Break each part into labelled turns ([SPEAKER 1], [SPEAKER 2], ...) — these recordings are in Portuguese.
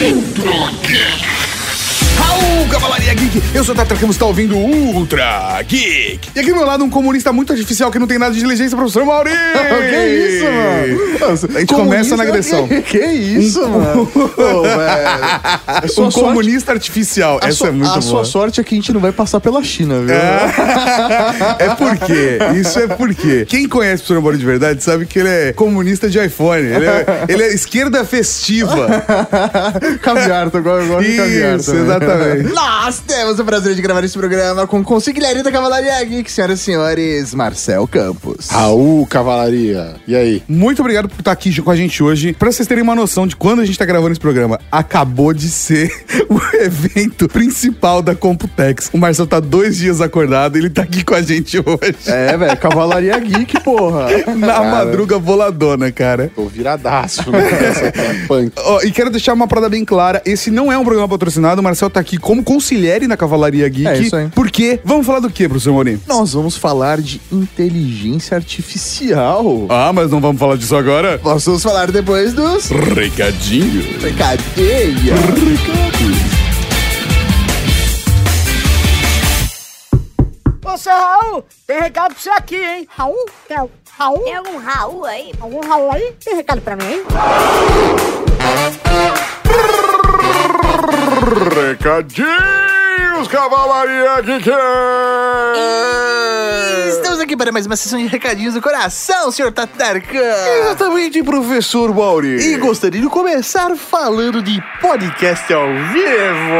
[SPEAKER 1] É Ultra Geek. Raul, Cavalaria Geek. Eu sou o Tatra Ramos, está tá ouvindo Ultra Geek. E aqui do meu lado, um comunista muito artificial que não tem nada de inteligência, professor um Mauri.
[SPEAKER 2] que isso, mano?
[SPEAKER 1] é A gente começa na agressão. Então,
[SPEAKER 2] Que, que isso, mano? Ô, velho. A
[SPEAKER 1] Um
[SPEAKER 2] sua sorte-
[SPEAKER 1] comunista artificial.
[SPEAKER 2] a
[SPEAKER 1] Essa
[SPEAKER 2] sua-
[SPEAKER 1] é muito
[SPEAKER 2] A
[SPEAKER 1] boa.
[SPEAKER 2] sua sorte é que a gente não vai passar pela China, viu?
[SPEAKER 1] É porque, isso é porque. Quem conhece o professor Mauri de verdade sabe que ele é comunista de iPhone. Ele é, ele é esquerda festiva.
[SPEAKER 2] Caviar, tô agora agora caviar.
[SPEAKER 1] Isso,
[SPEAKER 2] também.
[SPEAKER 1] exatamente.
[SPEAKER 2] Nós temos o prazer de gravar esse programa com Consigliaria da Cavalaria Geek, senhoras e senhores, Marcel Campos.
[SPEAKER 3] Raul Cavalaria. E aí?
[SPEAKER 1] Muito obrigado por estar aqui com a gente hoje. Pra vocês terem uma noção de quando a gente tá gravando esse programa, acabou de ser o evento principal da Computex. O Marcel tá dois dias acordado, ele tá aqui com a gente hoje.
[SPEAKER 2] É, velho, Cavalaria Geek, porra.
[SPEAKER 1] Na
[SPEAKER 2] Cara,
[SPEAKER 1] madruga boladona, cara.
[SPEAKER 3] Tô viradaço, né? Essa punk.
[SPEAKER 1] Ó, e quero deixar uma parada bem clara: esse não é um programa patrocinado. O Marcel tá aqui como conselheiro na Cavalaria Geek.
[SPEAKER 2] É isso aí.
[SPEAKER 1] Porque vamos falar do que, professor Morim?
[SPEAKER 2] Nós vamos falar de inteligência artificial.
[SPEAKER 1] Ah, mas não vamos falar disso agora?
[SPEAKER 2] Nós vamos falar depois dos
[SPEAKER 1] Recadinho.
[SPEAKER 2] Cadeia.
[SPEAKER 4] Ô, seu Raul, tem recado pra você aqui, hein? Raul? Tem al- É Raul?
[SPEAKER 5] Tem algum Raul aí?
[SPEAKER 4] Algum Raul aí? Tem recado pra mim, hein?
[SPEAKER 3] Recadinhos, Cavalaria Geek!
[SPEAKER 2] Estamos aqui para mais uma sessão de recadinhos do coração, senhor Tatarkan.
[SPEAKER 3] Exatamente, professor Mauri.
[SPEAKER 2] E gostaria de começar falando de podcast ao vivo.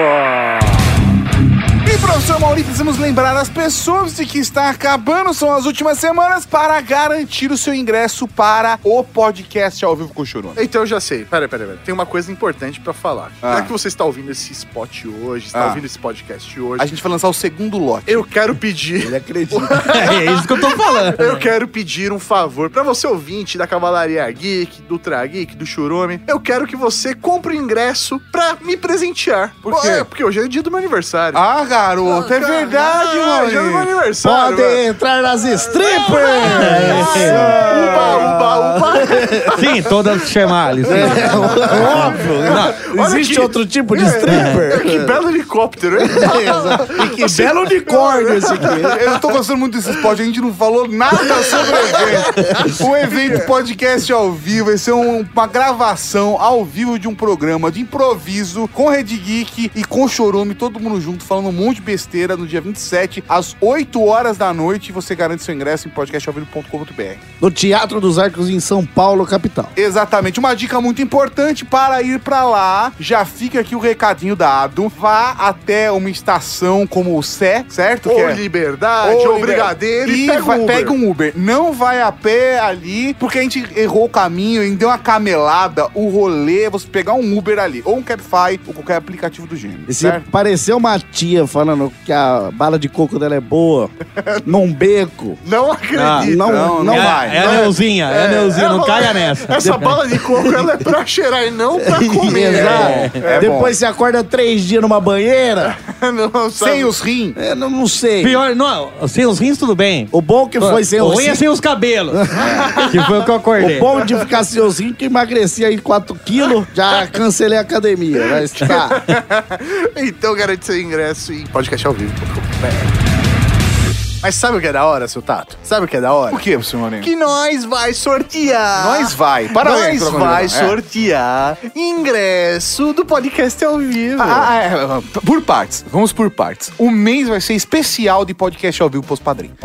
[SPEAKER 1] E, professor Mauri, precisamos lembrar as pessoas de que está acabando, são as últimas semanas, para garantir o seu ingresso para o podcast ao vivo com o Chorona.
[SPEAKER 3] Então eu já sei. Pera, pera, pera. Tem uma coisa importante pra falar.
[SPEAKER 1] Ah.
[SPEAKER 3] Já que você está ouvindo esse spot hoje, está
[SPEAKER 1] Ah.
[SPEAKER 3] ouvindo esse podcast hoje,
[SPEAKER 1] A gente vai lançar o segundo lote.
[SPEAKER 3] eu quero pedir.
[SPEAKER 1] Ele acredita.
[SPEAKER 6] É isso que eu tô falando.
[SPEAKER 3] Eu quero pedir um favor pra você ouvinte da Cavalaria Geek, do Tra Geek, do Churume. Eu quero que você compre o ingresso pra me presentear.
[SPEAKER 1] Por quê?
[SPEAKER 3] É, porque hoje é o dia do meu aniversário.
[SPEAKER 1] ah, garoto, é verdade,
[SPEAKER 3] Ah, Hoje é o meu
[SPEAKER 1] mano.
[SPEAKER 3] aniversário. mano.
[SPEAKER 2] entrar nas strippers.
[SPEAKER 3] Uba, uba, uba.
[SPEAKER 6] Sim, todas chamadas.
[SPEAKER 2] Óbvio.
[SPEAKER 6] Não,
[SPEAKER 3] Olha
[SPEAKER 6] existe
[SPEAKER 3] que-
[SPEAKER 6] outro tipo de
[SPEAKER 3] É,
[SPEAKER 6] stripper?
[SPEAKER 3] é, que belo helicóptero, hein?
[SPEAKER 2] Que belo unicórnio esse aqui.
[SPEAKER 1] Eu tô gostando muito desse spot, a gente não falou nada sobre o evento. O evento podcast ao vivo vai ser um- uma gravação ao vivo de um programa de improviso com Red Geek e com Chorume, todo mundo junto, falando um monte de besteira no dia 27, às 8 horas da noite. Você garante seu ingresso em podcastaovivo.com.br.
[SPEAKER 3] No Teatro dos Arcos em São Paulo, capital.
[SPEAKER 1] Exatamente. Uma dica muito importante para ir pra lá. Já fica aqui o recadinho dado. Vá até uma estação como o Sé, certo? Que
[SPEAKER 3] Ou
[SPEAKER 1] é-
[SPEAKER 3] liberdade, ou,
[SPEAKER 1] Uber.
[SPEAKER 3] brigadeiro
[SPEAKER 1] E
[SPEAKER 3] e pega
[SPEAKER 1] vai-
[SPEAKER 3] um Uber.
[SPEAKER 1] pega um Uber. Não vai a pé ali, porque a gente errou o caminho e deu uma camelada. O rolê é você pegar um Uber ali, ou um Cabify, ou qualquer aplicativo do gênero.
[SPEAKER 6] Esse
[SPEAKER 1] certo?
[SPEAKER 6] pareceu uma tia falando que a bala de coco dela é boa, num beco.
[SPEAKER 3] Não acredito.
[SPEAKER 6] Ah, não,
[SPEAKER 1] não,
[SPEAKER 6] não,
[SPEAKER 1] não
[SPEAKER 6] vai. É a Neuzinha, é a Neuzinha, não caia nessa.
[SPEAKER 3] Essa bala de coco, ela é pra cheirar e não pra comer.
[SPEAKER 6] Exato.
[SPEAKER 3] É bom.
[SPEAKER 6] Depois você acorda três dias numa banheira.
[SPEAKER 3] Não, sabe?
[SPEAKER 1] Sem os rins.
[SPEAKER 6] Eu não, não sei.
[SPEAKER 7] Pior, não, sem os rins tudo bem.
[SPEAKER 6] O bom que
[SPEAKER 3] Ah,
[SPEAKER 6] foi sem
[SPEAKER 7] o
[SPEAKER 6] os
[SPEAKER 7] ruim é sem os cabelos. que foi o que eu acordei.
[SPEAKER 6] O bom de ficar sem os rins que emagrecia aí 4 quilos, já cancelei a academia. Mas tá.
[SPEAKER 3] Então garante seu ingresso em podcast ao vivo. Mas sabe o que é da hora, seu Tato? Sabe o que é da hora?
[SPEAKER 1] Por que, professor Moreira?
[SPEAKER 3] Que nós vai sortear.
[SPEAKER 1] Nós vai. Parabéns,
[SPEAKER 3] Nós
[SPEAKER 1] Procon
[SPEAKER 3] vai
[SPEAKER 1] Júnior. É.
[SPEAKER 3] sortear ingresso do podcast ao vivo.
[SPEAKER 1] Ah, ah, é, é, é, por partes. Vamos por partes. O mês vai ser especial de podcast ao vivo pros padrinhos.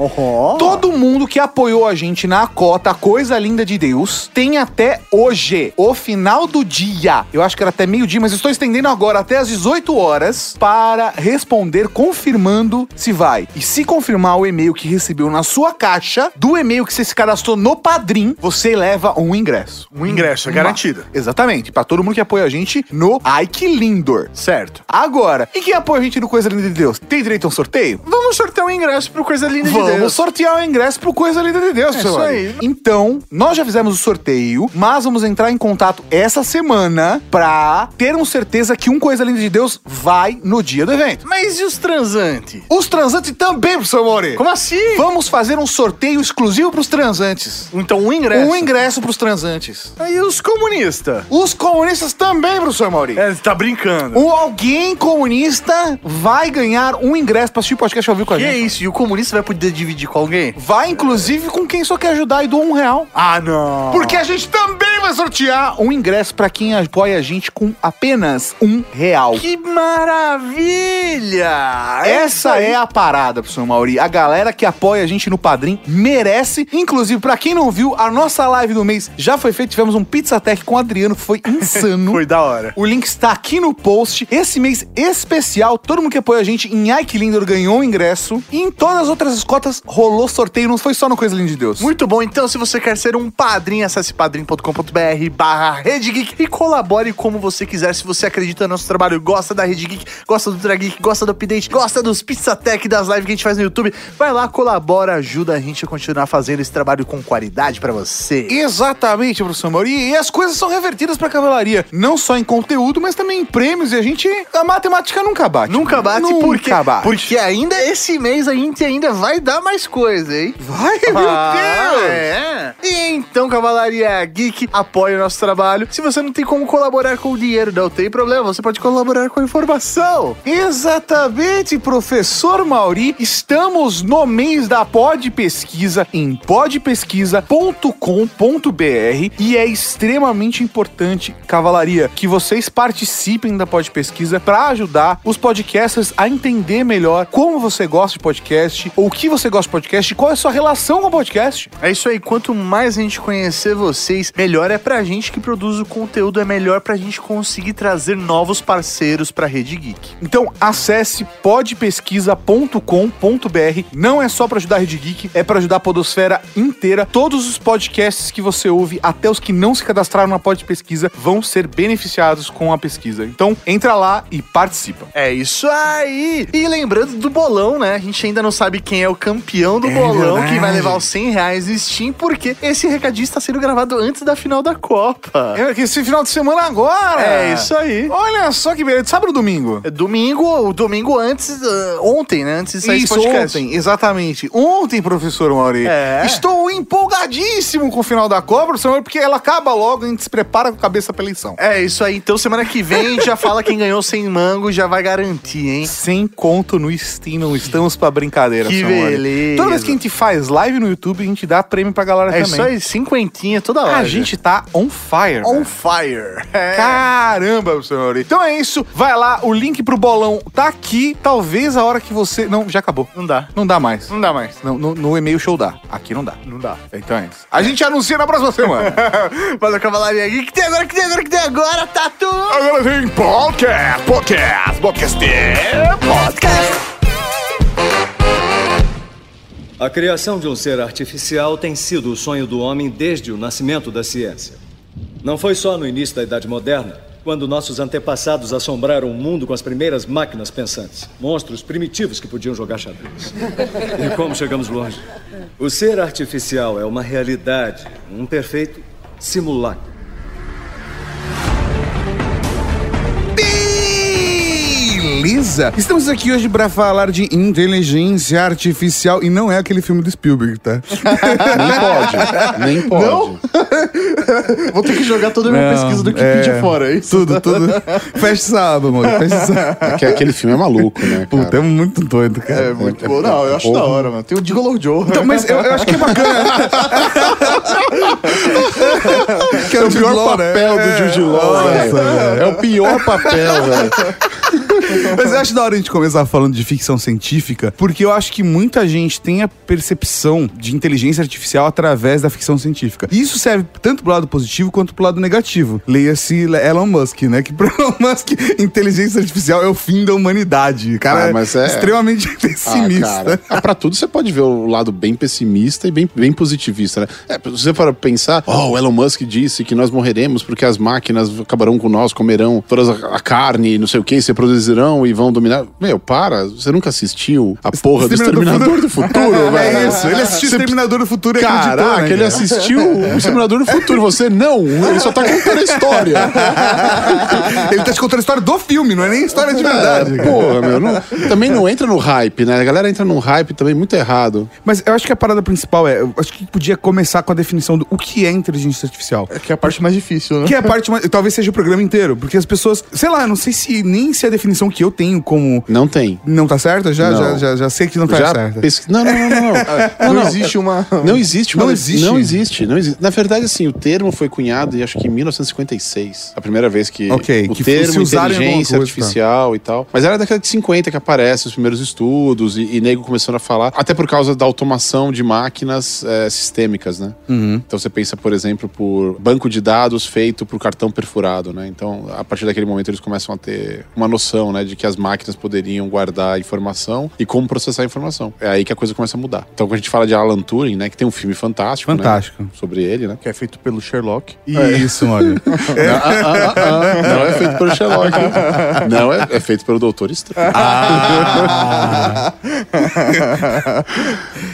[SPEAKER 1] Todo mundo que apoiou a gente na cota Coisa Linda de Deus tem até hoje, o final do dia. Eu acho que era até meio-dia, mas estou estendendo agora até às 18 horas para responder confirmando se vai. E se confirmar o e-mail que recebeu na sua caixa, do e-mail que você se cadastrou no Padrim, você leva um ingresso.
[SPEAKER 3] um ingresso, é garantido.
[SPEAKER 1] Exatamente, para todo mundo que apoia a gente no Ai Que Lindor.
[SPEAKER 3] Certo.
[SPEAKER 1] Agora, e quem apoia a gente no Coisa Linda de Deus? Tem direito a um sorteio?
[SPEAKER 3] Vamos sortear um ingresso pro Coisa Linda de
[SPEAKER 1] Vamos
[SPEAKER 3] Deus. É
[SPEAKER 1] sortear o ingresso pro Coisa Linda de Deus,
[SPEAKER 3] isso
[SPEAKER 1] seu
[SPEAKER 3] aí.
[SPEAKER 1] Ari. Então, nós já fizemos o sorteio, mas vamos entrar em contato essa semana pra termos certeza que um Coisa Linda de Deus vai no dia do evento.
[SPEAKER 3] Mas e os transantes?
[SPEAKER 1] Os transantes também, professor Mori. fazer.
[SPEAKER 3] Como assim?
[SPEAKER 1] Vamos fazer um sorteio exclusivo pros transantes.
[SPEAKER 3] Então um ingresso.
[SPEAKER 1] Um ingresso pros transantes.
[SPEAKER 3] E os comunistas?
[SPEAKER 1] Os comunistas também, professor Mauri.
[SPEAKER 3] É, tá brincando.
[SPEAKER 1] Ou alguém comunista vai ganhar um ingresso pra assistir o podcast ao vivo com a
[SPEAKER 3] Que é
[SPEAKER 1] gente.
[SPEAKER 3] isso? E o comunista vai poder dividir com alguém?
[SPEAKER 1] Vai, inclusive, com quem só quer ajudar e doa um real.
[SPEAKER 3] Ah, não.
[SPEAKER 1] Porque a gente também vai sortear um ingresso pra quem apoia a gente com apenas um real.
[SPEAKER 3] Que maravilha!
[SPEAKER 1] Essa é a parada, professor Mauri. A galera que apoia a gente no Padrim merece. Inclusive, pra quem não viu, a nossa live do mês já foi feita. Tivemos um Pizza Tech com o Adriano, foi insano.
[SPEAKER 3] Foi da hora.
[SPEAKER 1] O link está aqui no post. Esse mês especial, todo mundo que apoia a gente em Ike Lindor ganhou um ingresso. E em todas as outras cotas rolou sorteio, não foi só no Coisa Linda de Deus.
[SPEAKER 3] Muito bom, então se você quer ser um padrinho, acesse padrim.com.br barra Rede Geek e colabore como você quiser. Se você acredita no nosso trabalho, gosta da Rede Geek, gosta do Drag Geek, gosta do Update, gosta dos Pizza Tech, das lives que a gente faz no YouTube, vai lá, colabora, ajuda a gente a continuar fazendo esse trabalho com qualidade pra você.
[SPEAKER 1] Exatamente, professor Mauri. E as coisas são revertidas pra cavalaria. Não só em conteúdo, mas também em prêmios. E a gente. A matemática nunca bate.
[SPEAKER 3] Nunca bate,
[SPEAKER 1] nunca
[SPEAKER 3] porque,
[SPEAKER 1] bate.
[SPEAKER 3] porque ainda esse mês a gente ainda vai dar mais coisa, hein?
[SPEAKER 1] Vai, meu
[SPEAKER 3] Ah,
[SPEAKER 1] Deus!
[SPEAKER 3] É. E então, Cavalaria Geek, apoie o nosso trabalho. Se você não tem como colaborar com o dinheiro, não tem problema, você pode colaborar com a informação.
[SPEAKER 1] Exatamente, professor Mauri. Estamos no mês da Pod Pesquisa em podpesquisa.com.br e é extremamente importante, Cavalaria, que vocês participem da Pod Pesquisa para ajudar os podcasters a entender melhor como você gosta de podcast, ou o que você gosta de podcast, e qual é a sua relação com o podcast.
[SPEAKER 3] É isso aí, quanto mais a gente conhecer vocês, melhor é pra gente que produz o conteúdo, é melhor pra gente conseguir trazer novos parceiros pra Rede Geek.
[SPEAKER 1] Então acesse podpesquisa.com.br. Não é só pra ajudar a Rede Geek, é pra ajudar a podosfera inteira. Todos os podcasts que você ouve, até os que não se cadastraram na Pod Pesquisa, vão ser beneficiados com a pesquisa. Então entra lá e participa.
[SPEAKER 3] É isso aí! E lembrando do bolão, né? A gente ainda não sabe quem é o campeão do bolão, que vai levar os 100 reais no Steam, porque esse recadinho está sendo gravado antes da final da Copa.
[SPEAKER 1] É esse final de semana agora!
[SPEAKER 3] É isso aí.
[SPEAKER 1] Olha só que beleza. Sábado ou domingo?
[SPEAKER 3] É Domingo, o domingo antes, ah, ontem, né? Antes de sair esse
[SPEAKER 1] Isso,
[SPEAKER 3] podcast.
[SPEAKER 1] ontem, exatamente. Ontem, professor Mauri.
[SPEAKER 3] É.
[SPEAKER 1] Estou empolgadíssimo com o final da Copa, professor Mauri, porque ela acaba logo, a gente se prepara com a cabeça pra eleição.
[SPEAKER 3] É isso aí, então semana que vem já fala quem ganhou sem mango, já vai garantir, hein?
[SPEAKER 1] Sem conto no Steam, não estamos pra brincadeira,
[SPEAKER 3] Que
[SPEAKER 1] seu amor.
[SPEAKER 3] beleza.
[SPEAKER 1] Toda vez que a gente faz live no YouTube, a gente dá prêmio pra galera
[SPEAKER 3] É
[SPEAKER 1] também.
[SPEAKER 3] isso aí, cinquentinha toda hora.
[SPEAKER 1] A gente tá on fire.
[SPEAKER 3] on
[SPEAKER 1] velho.
[SPEAKER 3] fire. É.
[SPEAKER 1] Caramba, senhor. Então é isso. Vai lá, o link pro bolão tá aqui. Talvez a hora que você. Não, já acabou.
[SPEAKER 3] Não dá.
[SPEAKER 1] Não dá mais.
[SPEAKER 3] Não dá mais.
[SPEAKER 1] Não, no, no e-mail show dá. Aqui não dá.
[SPEAKER 3] Não dá.
[SPEAKER 1] Então é isso. A gente anuncia na próxima semana.
[SPEAKER 3] Mas a cavalaria aqui, que tem agora, que tem agora, que tem agora, Tá Tatu?
[SPEAKER 1] Agora vem podcast, podcast, podcast, podcast.
[SPEAKER 8] A criação de um ser artificial tem sido o sonho do homem desde o nascimento da ciência. Não foi só no início da Idade Moderna, quando nossos antepassados assombraram o mundo com as primeiras máquinas pensantes, monstros primitivos que podiam jogar xadrez. E como chegamos longe? O ser artificial é uma realidade, um perfeito simulacro.
[SPEAKER 1] Beleza! Estamos aqui hoje pra falar de inteligência artificial e não é aquele filme do Spielberg, tá?
[SPEAKER 6] Nem pode.
[SPEAKER 2] Vou ter que jogar toda a minha É pesquisa do Wikipedia fora, é isso?
[SPEAKER 9] Tudo, tudo. Fecha essa aba, mano. Fecha essa
[SPEAKER 6] É que aquele filme é maluco, né, cara?
[SPEAKER 9] Puta, é muito doido, cara.
[SPEAKER 2] É muito bom. Não, eu acho da hora, mano. Tem o Gigolo Joe.
[SPEAKER 9] Então, mas eu, eu acho que é bacana. que é o pior
[SPEAKER 3] né?
[SPEAKER 9] papel do Jude Law, velho.
[SPEAKER 6] né?
[SPEAKER 9] É o pior papel, velho. Mas eu acho da hora a gente começar falando de ficção científica, porque eu acho que muita gente tem a percepção de inteligência artificial através da ficção científica. E isso serve tanto pro lado positivo quanto pro lado negativo. Leia-se Elon Musk, né? Que pro Elon Musk, inteligência artificial é o fim da humanidade. Cara,
[SPEAKER 6] Ah, mas é-
[SPEAKER 9] extremamente pessimista.
[SPEAKER 6] Ah, cara. Ah, pra tudo você pode ver o lado bem pessimista e bem, bem positivista, né? É, se você for pensar, oh, o Elon Musk disse que nós morreremos porque as máquinas acabarão com nós, comerão toda a a carne, não sei o que, se produzirão podrão e vão dominar. Meu, para. Você nunca assistiu a porra do Exterminador do Futuro, velho?
[SPEAKER 1] É isso, ele assistiu o Exterminador do Futuro e acreditou,
[SPEAKER 6] Caraca,
[SPEAKER 1] né,
[SPEAKER 6] ele
[SPEAKER 1] cara?
[SPEAKER 6] assistiu o Exterminador do Futuro. Você não. Ele só tá contando a história. É,
[SPEAKER 1] Ele tá te contando a história do filme, não é nem história de verdade.
[SPEAKER 6] É,
[SPEAKER 1] cara.
[SPEAKER 6] porra, meu. não- também não entra no hype, né? A galera entra num hype também muito errado.
[SPEAKER 1] Mas eu acho que a parada principal é. Eu acho que podia começar com a definição do o que é inteligência artificial.
[SPEAKER 2] Que é a parte mais difícil, né?
[SPEAKER 1] Que é a parte mais. Talvez seja o programa inteiro. Porque as pessoas. Sei lá, eu não sei se nem se é a definição que eu tenho como.
[SPEAKER 6] Não tem.
[SPEAKER 1] Não tá certa? Já,
[SPEAKER 6] Não.
[SPEAKER 1] já, já, já sei que não tá
[SPEAKER 6] Já
[SPEAKER 1] certa.
[SPEAKER 6] pesqui- Não, não, não, não. Não,
[SPEAKER 2] Não,
[SPEAKER 6] Não, não.
[SPEAKER 2] existe uma.
[SPEAKER 6] Não existe,
[SPEAKER 1] Não
[SPEAKER 6] mano.
[SPEAKER 1] existe?
[SPEAKER 6] Não existe, não existe. Na verdade, assim, o termo foi cunhado em acho que em 1956. A primeira vez que
[SPEAKER 1] Ok,
[SPEAKER 6] o
[SPEAKER 1] que se
[SPEAKER 6] termo
[SPEAKER 1] usaram em alguma
[SPEAKER 6] inteligência
[SPEAKER 1] coisa,
[SPEAKER 6] artificial e tal. Mas era na década de 50 que aparece os primeiros estudos e, e nego começando a falar, até por causa da automação de máquinas eh, sistêmicas, né? Então você pensa, por exemplo, por banco de dados feito por cartão perfurado, né? Então, a partir daquele momento eles começam a ter uma noção, né, de que as máquinas poderiam guardar informação e como processar a informação. É aí que a coisa começa a mudar. Então, quando a gente fala de Alan Turing, né, que tem um filme fantástico, né,
[SPEAKER 1] Fantástico.
[SPEAKER 6] sobre ele, né?
[SPEAKER 2] Que é feito pelo Sherlock.
[SPEAKER 1] É. Isso, mano.
[SPEAKER 6] Ah, ah, ah, ah, não é feito pelo Sherlock. Não, é, é feito pelo Doutor Estranho. Ah.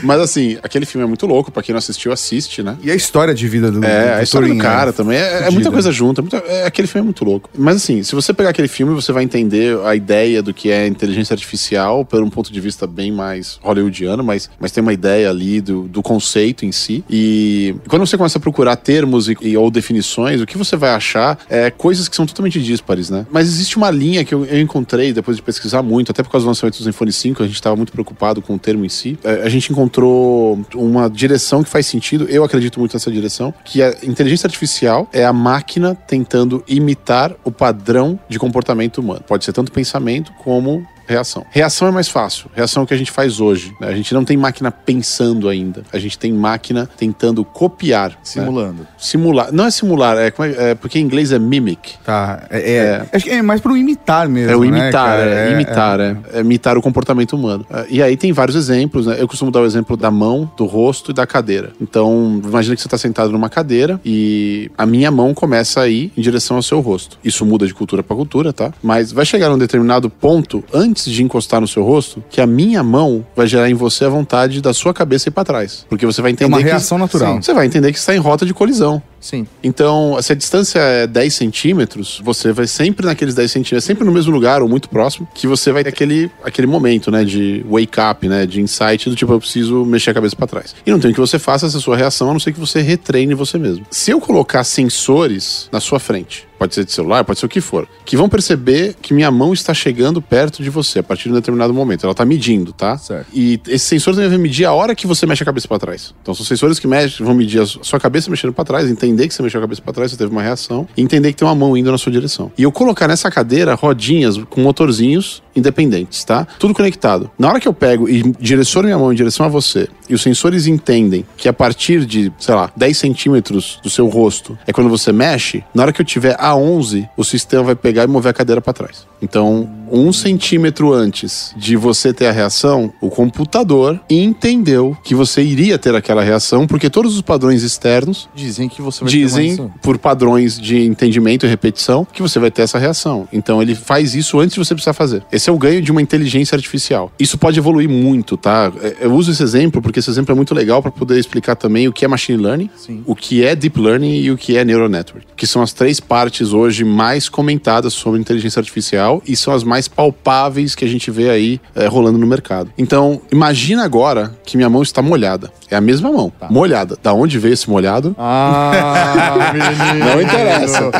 [SPEAKER 6] Mas assim, aquele filme é muito louco, pra quem não assistiu, assiste, né?
[SPEAKER 1] E a história de vida do.
[SPEAKER 6] É,
[SPEAKER 1] do
[SPEAKER 6] a história do
[SPEAKER 1] Turing, né?
[SPEAKER 6] cara também. É, é muita
[SPEAKER 1] Fudida.
[SPEAKER 6] coisa junto. é muita- é- aquele filme é muito louco. Mas assim, se você pegar aquele filme, você vai entender a ideia do que é inteligência artificial por um ponto de vista bem mais hollywoodiano, mas, mas tem uma ideia ali do, do conceito em si. E quando você começa a procurar termos e, e- ou definições, o que você vai achar é coisas que são totalmente díspares, né? Mas existe uma linha que eu, eu encontrei depois de pesquisar muito, até por causa do lançamento do Zenfone 5, a gente estava muito preocupado com o termo em si. É, A gente encontrou uma direção que faz sentido, eu acredito muito nessa direção, que a inteligência artificial é a máquina tentando imitar o padrão de comportamento humano. Pode ser tanto pensamento como reação. Reação é mais fácil. Reação é o que a gente faz hoje. né? A gente não tem máquina pensando ainda. A gente tem máquina tentando copiar. né?
[SPEAKER 2] Simulando.
[SPEAKER 6] Simular. Não é simular, é, como é- é porque em inglês é mimic.
[SPEAKER 1] Tá. É, é- Acho que é mais pro imitar mesmo.
[SPEAKER 6] É o
[SPEAKER 1] né,
[SPEAKER 6] imitar,
[SPEAKER 1] cara?
[SPEAKER 6] é, imitar, é, é imitar o comportamento humano. É, E aí tem vários exemplos, né? Eu costumo dar o exemplo da mão, do rosto e da cadeira. Então, imagina que você está sentado numa cadeira e a minha mão começa a ir em direção ao seu rosto. Isso muda de cultura para cultura, tá? Mas vai chegar num determinado ponto, antes de encostar no seu rosto, que a minha mão vai gerar em você a vontade da sua cabeça ir para trás. Porque você vai entender
[SPEAKER 1] É uma
[SPEAKER 6] que-
[SPEAKER 1] reação natural.
[SPEAKER 6] Sim, você vai entender que está em rota de colisão.
[SPEAKER 2] Sim.
[SPEAKER 6] Então, se a distância é 10 centímetros, você vai sempre naqueles 10 centímetros, é sempre no mesmo lugar ou muito próximo, que você vai ter aquele, aquele momento, né, de wake up, né, de insight, do tipo, eu preciso mexer a cabeça pra trás. E não tem o que você faça essa sua reação, a não ser que você retreine você mesmo. Se eu colocar sensores na sua frente, pode ser de celular, pode ser o que for, que vão perceber que minha mão está chegando perto de você a partir de um determinado momento. Ela tá medindo, tá?
[SPEAKER 2] Certo.
[SPEAKER 6] E esse sensor também vai medir a hora que você mexe a cabeça pra trás. Então são sensores que mexem, vão medir a su- sua cabeça mexendo pra trás, entender que você mexeu a cabeça pra trás, você teve uma reação, e entender que tem uma mão indo na sua direção. E eu colocar nessa cadeira rodinhas com motorzinhos independentes, tá? Tudo conectado. Na hora que eu pego e direciono minha mão em direção a você, e os sensores entendem que a partir de, sei lá, 10 centímetros do seu rosto é quando você mexe, na hora que eu tiver a 11, o sistema vai pegar e mover a cadeira pra trás. Então, um centímetro antes de você ter a reação, o computador entendeu que você iria ter aquela reação, porque todos os padrões externos
[SPEAKER 2] Dizem que você vai ter uma
[SPEAKER 6] dizem,
[SPEAKER 2] reação.
[SPEAKER 6] por padrões de entendimento e repetição, que você vai ter essa reação. Então ele faz isso antes de você precisar fazer. Esse é o ganho de uma inteligência artificial. Isso pode evoluir muito, tá? É, Eu uso esse exemplo porque esse exemplo é muito legal para poder explicar também o que é machine learning,
[SPEAKER 2] Sim.
[SPEAKER 6] o que é deep learning e o que é neural network, que são as três partes hoje mais comentadas sobre inteligência artificial e são as mais palpáveis que a gente vê aí é, rolando no mercado. Então, imagina agora que minha mão está molhada. É a mesma mão,
[SPEAKER 2] Tá.
[SPEAKER 6] molhada. Da onde veio esse molhado?
[SPEAKER 2] Ah, menino.
[SPEAKER 6] Não interessa.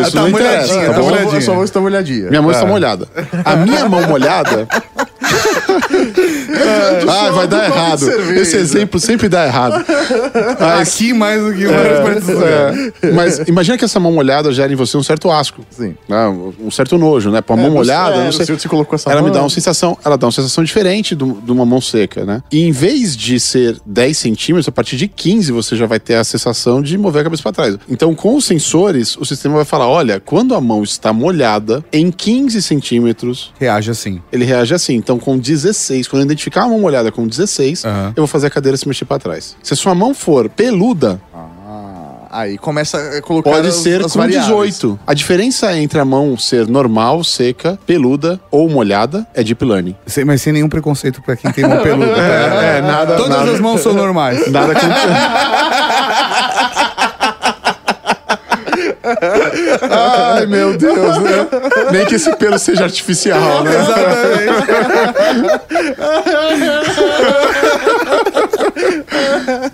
[SPEAKER 6] Isso
[SPEAKER 1] tá molhadinha,
[SPEAKER 6] não interessa,
[SPEAKER 1] tá
[SPEAKER 6] tá bom?
[SPEAKER 1] molhadinha.
[SPEAKER 2] Eu só vou estar molhadinha.
[SPEAKER 6] Minha mão está molhada. A minha mão molhada.
[SPEAKER 2] Ah,
[SPEAKER 6] Ai,
[SPEAKER 2] um
[SPEAKER 6] vai dar errado. Esse exemplo sempre dá errado. Mas,
[SPEAKER 1] Aqui Ah, mais do que o
[SPEAKER 6] Ah, é, mas imagina que essa mão molhada gera em você um certo asco.
[SPEAKER 2] Sim.
[SPEAKER 6] né? Um certo nojo, né? Com a mão
[SPEAKER 2] você-
[SPEAKER 6] molhada,
[SPEAKER 2] é,
[SPEAKER 6] não sei.
[SPEAKER 2] você- você colocou essa
[SPEAKER 6] ela me dá
[SPEAKER 2] mão.
[SPEAKER 6] uma sensação, ela dá uma sensação diferente do- de uma mão seca, né? E em vez de ser 10 centímetros, a partir de 15 você já vai ter a sensação de mover a cabeça para trás. Então, com os sensores, o sistema vai falar: olha, quando a mão está molhada, em 15 centímetros
[SPEAKER 1] Reage assim.
[SPEAKER 6] ele reage assim. Então, com 16, quando eu identificar uma mão molhada com 16,
[SPEAKER 1] Aham.
[SPEAKER 6] eu vou fazer a cadeira se mexer pra trás. Se a sua mão for peluda,
[SPEAKER 2] Aí começa a colocar
[SPEAKER 6] Pode
[SPEAKER 2] as-
[SPEAKER 6] ser
[SPEAKER 2] as
[SPEAKER 6] com
[SPEAKER 2] variáveis.
[SPEAKER 6] 18. A diferença entre a mão ser normal, seca, peluda ou molhada é deep learning.
[SPEAKER 1] Sem- mas sem nenhum preconceito pra quem tem mão peluda.
[SPEAKER 6] É, é, nada-
[SPEAKER 1] Todas
[SPEAKER 6] nada-
[SPEAKER 1] as mãos são normais.
[SPEAKER 6] Nada contra. Ai, meu Deus, né? Nem que esse pelo seja artificial, né?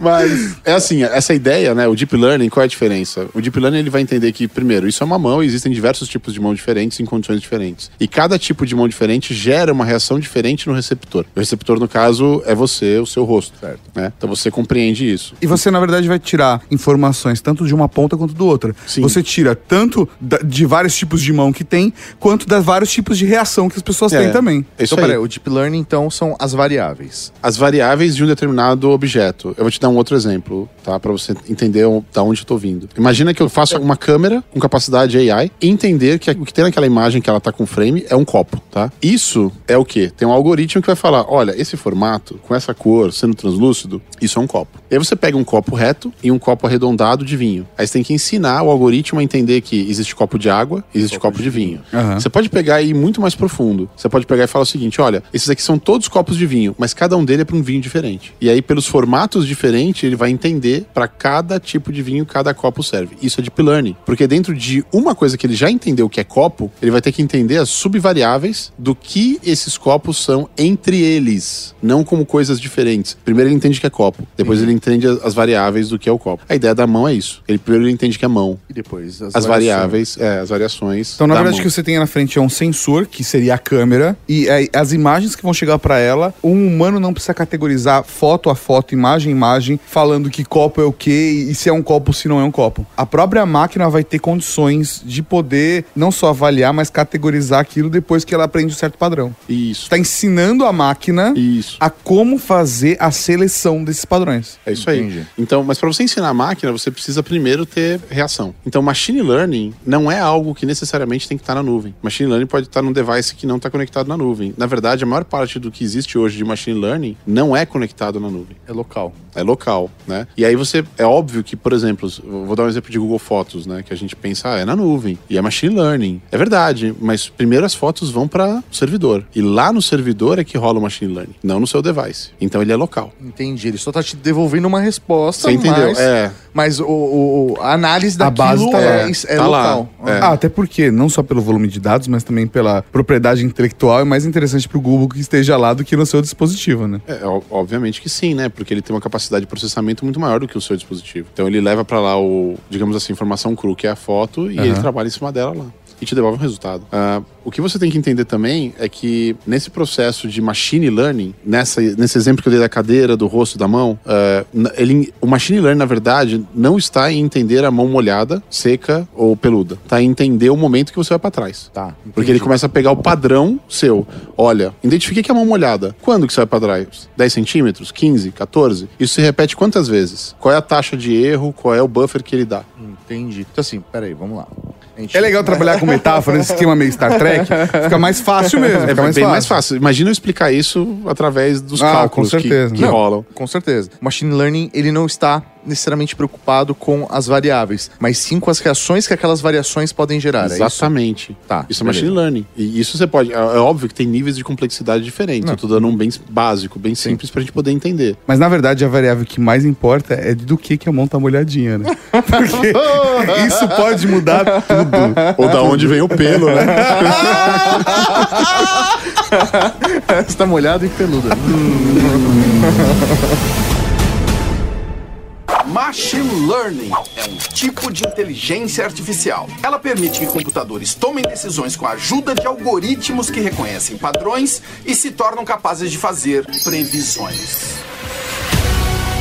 [SPEAKER 6] Mas é assim, essa ideia, né? O deep learning, qual é a diferença? O deep learning ele vai entender que primeiro, isso é uma mão, e existem diversos tipos de mão diferentes em condições diferentes. E cada tipo de mão diferente gera uma reação diferente no receptor. O receptor no caso é você, o seu rosto, certo? Né? Então você compreende isso.
[SPEAKER 1] E você, na verdade, vai tirar informações tanto de uma ponta quanto do outra.
[SPEAKER 6] Sim.
[SPEAKER 1] Você tira tanto da- de vários tipos de mão que tem, quanto das vários tipos de reação que as pessoas
[SPEAKER 6] É.
[SPEAKER 1] têm também.
[SPEAKER 6] É Isso
[SPEAKER 2] Então,
[SPEAKER 6] aí.
[SPEAKER 2] peraí, o deep learning, então, são as variáveis.
[SPEAKER 6] as variáveis de um determinado objeto. Eu vou te dar um outro exemplo, tá? Pra você entender o- da onde eu tô vindo. Imagina que eu faço uma câmera com capacidade AI e entender que o que tem naquela imagem que ela tá com frame é um copo, tá? Isso é o quê? Tem um algoritmo que vai falar, olha, esse formato, com essa cor, sendo translúcido, isso é um copo. E aí você pega um copo reto e um copo arredondado de vinho. Aí você tem que ensinar o algoritmo a entender que existe copo de água, existe copo, de vinho.
[SPEAKER 1] Aham.
[SPEAKER 6] Você pode pegar e ir muito mais profundo. Você pode pegar e falar o seguinte: olha, esses aqui são todos copos de vinho, mas cada um dele é para um vinho diferente. E aí, pelos formatos diferentes, ele vai entender para cada tipo de vinho cada copo serve. Isso é deep learning. Porque dentro de uma coisa que ele já entendeu que é copo, ele vai ter que entender as subvariáveis do que esses copos são entre eles, não como coisas diferentes. Primeiro ele entende que é copo, depois ele entende as as variáveis do que é o copo. A ideia da mão é isso. Ele primeiro ele entende que é mão.
[SPEAKER 2] E depois as,
[SPEAKER 6] As variáveis, é, as variações.
[SPEAKER 1] Então, na
[SPEAKER 6] da
[SPEAKER 1] verdade,
[SPEAKER 6] mão.
[SPEAKER 1] o que você tem na frente é um sensor, que seria a câmera, e aí as imagens que vão chegar pra ela, um humano não precisa categorizar foto a foto, imagem a imagem, falando que copo é o quê e se é um copo ou se não é um copo. A própria máquina vai ter condições de poder não só avaliar, mas categorizar aquilo depois que ela aprende um certo padrão.
[SPEAKER 6] Isso.
[SPEAKER 1] Está ensinando a máquina
[SPEAKER 6] Isso.
[SPEAKER 1] a como fazer a seleção desses padrões.
[SPEAKER 6] É isso aí. Então, mas para você ensinar a máquina, você precisa primeiro ter reação. Então, machine learning não é algo que necessariamente tem que estar na nuvem. Machine learning pode estar num device que não está conectado na nuvem. Na verdade, a maior parte do que existe hoje de machine learning não é conectado na nuvem.
[SPEAKER 2] É local.
[SPEAKER 6] É local, né? E aí você. É óbvio que, por exemplo, eu vou dar um exemplo de Google Fotos, né? Que a gente pensa, ah, é na nuvem. E é machine learning. É verdade, mas primeiro as fotos vão para o servidor. E lá no servidor é que rola o machine learning, não no seu device. Então ele é local.
[SPEAKER 2] Entendi. Ele só tá te devolvendo uma resposta,
[SPEAKER 6] Você entendeu?
[SPEAKER 2] Então, mas,
[SPEAKER 6] É.
[SPEAKER 2] mas o, o- o- a análise
[SPEAKER 1] A base
[SPEAKER 2] daquilo
[SPEAKER 1] tá
[SPEAKER 2] é,
[SPEAKER 1] lá.
[SPEAKER 2] é
[SPEAKER 6] Tá lá.
[SPEAKER 2] local.
[SPEAKER 6] É.
[SPEAKER 1] Ah, até porque, não só pelo volume de dados, mas também pela propriedade intelectual, é mais interessante pro Google que esteja lá do que no seu dispositivo, né?
[SPEAKER 6] É, ó- obviamente que sim, né? Porque ele tem uma capacidade de processamento muito maior do que o seu dispositivo. Então ele leva pra lá o, digamos assim, informação cru, que é a foto, e ele trabalha em cima dela lá. E te devolve um resultado. Ah, o que você tem que entender também é que nesse processo de machine learning, nessa, nesse exemplo que eu dei da cadeira, do rosto, da mão, ah, n- ele, o machine learning, na verdade, não está em entender a mão molhada, seca ou peluda. Está em entender o momento que você vai pra trás.
[SPEAKER 2] Tá,
[SPEAKER 6] Porque ele começa a pegar o padrão seu. Olha, identifiquei que é a mão molhada. Quando que você vai pra trás? 10 centímetros? 15? 14? Isso se repete quantas vezes? Qual é a taxa de erro? Qual é o buffer que ele dá?
[SPEAKER 1] Hum,
[SPEAKER 2] Entendi. Então assim, peraí, vamos lá. A gente-
[SPEAKER 1] É legal trabalhar com metáfora, esse esquema meio Star Trek. Fica mais fácil mesmo.
[SPEAKER 6] É
[SPEAKER 1] Fica mais
[SPEAKER 6] bem
[SPEAKER 1] fácil.
[SPEAKER 6] mais fácil. Imagina eu explicar isso através dos
[SPEAKER 1] Ah,
[SPEAKER 6] cálculos
[SPEAKER 1] com
[SPEAKER 6] que-
[SPEAKER 1] certeza.
[SPEAKER 6] que,
[SPEAKER 1] Não.
[SPEAKER 6] rolam.
[SPEAKER 2] Com certeza. O machine learning, ele não está necessariamente preocupado com as variáveis, mas sim com as reações que aquelas variações podem gerar. é isso?
[SPEAKER 6] Exatamente.
[SPEAKER 2] Tá,
[SPEAKER 6] Isso é machine
[SPEAKER 2] beleza.
[SPEAKER 6] learning. E isso você pode. É é óbvio que tem níveis de complexidade diferentes. Eu tô dando um bem básico, bem simples pra gente poder entender.
[SPEAKER 1] Mas na verdade a variável que mais importa é do que, que a mão tá molhadinha, né? Porque isso pode mudar tudo.
[SPEAKER 6] Ou da onde vem o pelo, né?
[SPEAKER 2] Está molhado e peludo.
[SPEAKER 10] Machine Learning é um tipo de inteligência artificial. Ela permite que computadores tomem decisões com a ajuda de algoritmos que reconhecem padrões e se tornam capazes de fazer previsões.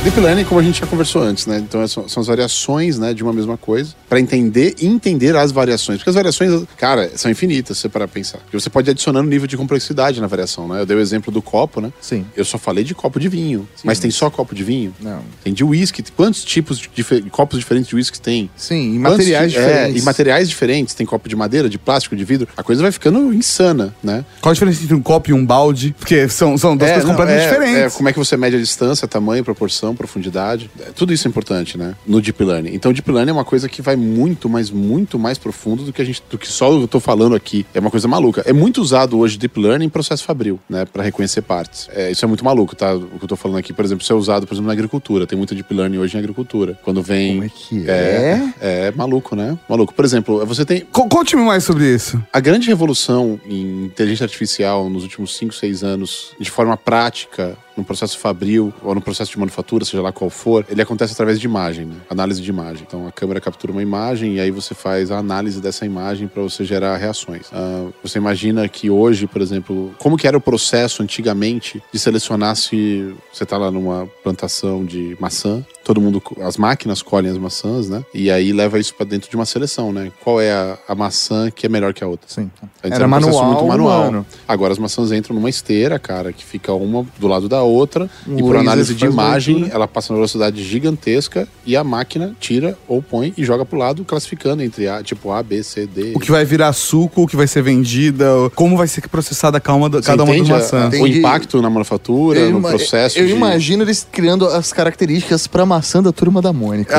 [SPEAKER 6] Deep Learning, como a gente já conversou antes, né? Então são, são as variações, né, de uma mesma coisa, para entender e entender as variações, porque as variações, cara, são infinitas, se você parar pra pensar. Porque você pode ir adicionando nível de complexidade na variação, né? Eu dei o exemplo do copo, né?
[SPEAKER 2] Sim.
[SPEAKER 6] Eu só falei de copo de vinho, mas tem só copo de vinho?
[SPEAKER 2] Não.
[SPEAKER 6] Tem de whisky, quantos tipos de dife- copos diferentes de whisky tem?
[SPEAKER 2] Sim, e
[SPEAKER 6] Quantos
[SPEAKER 2] materiais
[SPEAKER 6] ti-
[SPEAKER 2] diferentes.
[SPEAKER 6] É, e materiais diferentes, tem copo de madeira, de plástico, de vidro. A coisa vai ficando insana, né?
[SPEAKER 1] Qual a diferença entre um copo e um balde? Porque são, são duas
[SPEAKER 6] É,
[SPEAKER 1] coisas
[SPEAKER 6] não,
[SPEAKER 1] completamente
[SPEAKER 6] é, é,
[SPEAKER 1] diferentes.
[SPEAKER 6] como é que você mede a distância, tamanho, proporção, informação, profundidade. É, Tudo isso é importante, né? No Deep Learning. Então, Deep Learning é uma coisa que vai muito, mas muito mais profundo do que a gente, do que só eu tô falando aqui. É uma coisa maluca. É muito usado hoje Deep Learning em processo fabril, né? Pra reconhecer partes. É, isso é muito maluco, tá? O que eu tô falando aqui, por exemplo, isso é usado, por exemplo, na agricultura. Tem muito Deep Learning hoje em agricultura. Quando vem. Como é que É, é maluco, né? Maluco. Por exemplo, você tem.
[SPEAKER 1] Co- Conte-me mais sobre isso.
[SPEAKER 6] A grande revolução em inteligência artificial nos últimos 5, 6 anos, de forma prática, no processo fabril ou no processo de manufatura, seja lá qual for, ele acontece através de imagem, né? análise de imagem. Então a câmera captura uma imagem e aí você faz a análise dessa imagem para você gerar reações. Ah, você imagina que hoje, por exemplo, como que era o processo antigamente de selecionar se você tá lá numa plantação de maçã, todo mundo, co- as máquinas colhem as maçãs, né? E aí leva isso para dentro de uma seleção, né? Qual é a, a maçã que é melhor que a outra?
[SPEAKER 2] Sim.
[SPEAKER 6] Antes
[SPEAKER 2] Era
[SPEAKER 6] um processo
[SPEAKER 2] manual, humano.
[SPEAKER 6] Agora as maçãs entram numa esteira, cara, que fica uma do lado da outra.
[SPEAKER 2] Um
[SPEAKER 6] e por
[SPEAKER 2] laser
[SPEAKER 6] análise de
[SPEAKER 2] faz né? uma
[SPEAKER 6] imagem,
[SPEAKER 2] leitura.
[SPEAKER 6] ela passa numa velocidade gigantesca e a máquina tira ou põe e joga pro lado, classificando entre A, tipo A, B, C, D.
[SPEAKER 1] O que vai virar suco, o que vai ser vendida, o- como vai ser processada calma do-
[SPEAKER 6] Você
[SPEAKER 1] cada uma das
[SPEAKER 6] entende a-
[SPEAKER 1] maçãs.
[SPEAKER 6] o
[SPEAKER 2] Entendi.
[SPEAKER 6] impacto na manufatura, no
[SPEAKER 2] ima-
[SPEAKER 6] processo
[SPEAKER 2] eu
[SPEAKER 6] de...
[SPEAKER 2] imagino eles criando as características pra maçã da turma da Mônica.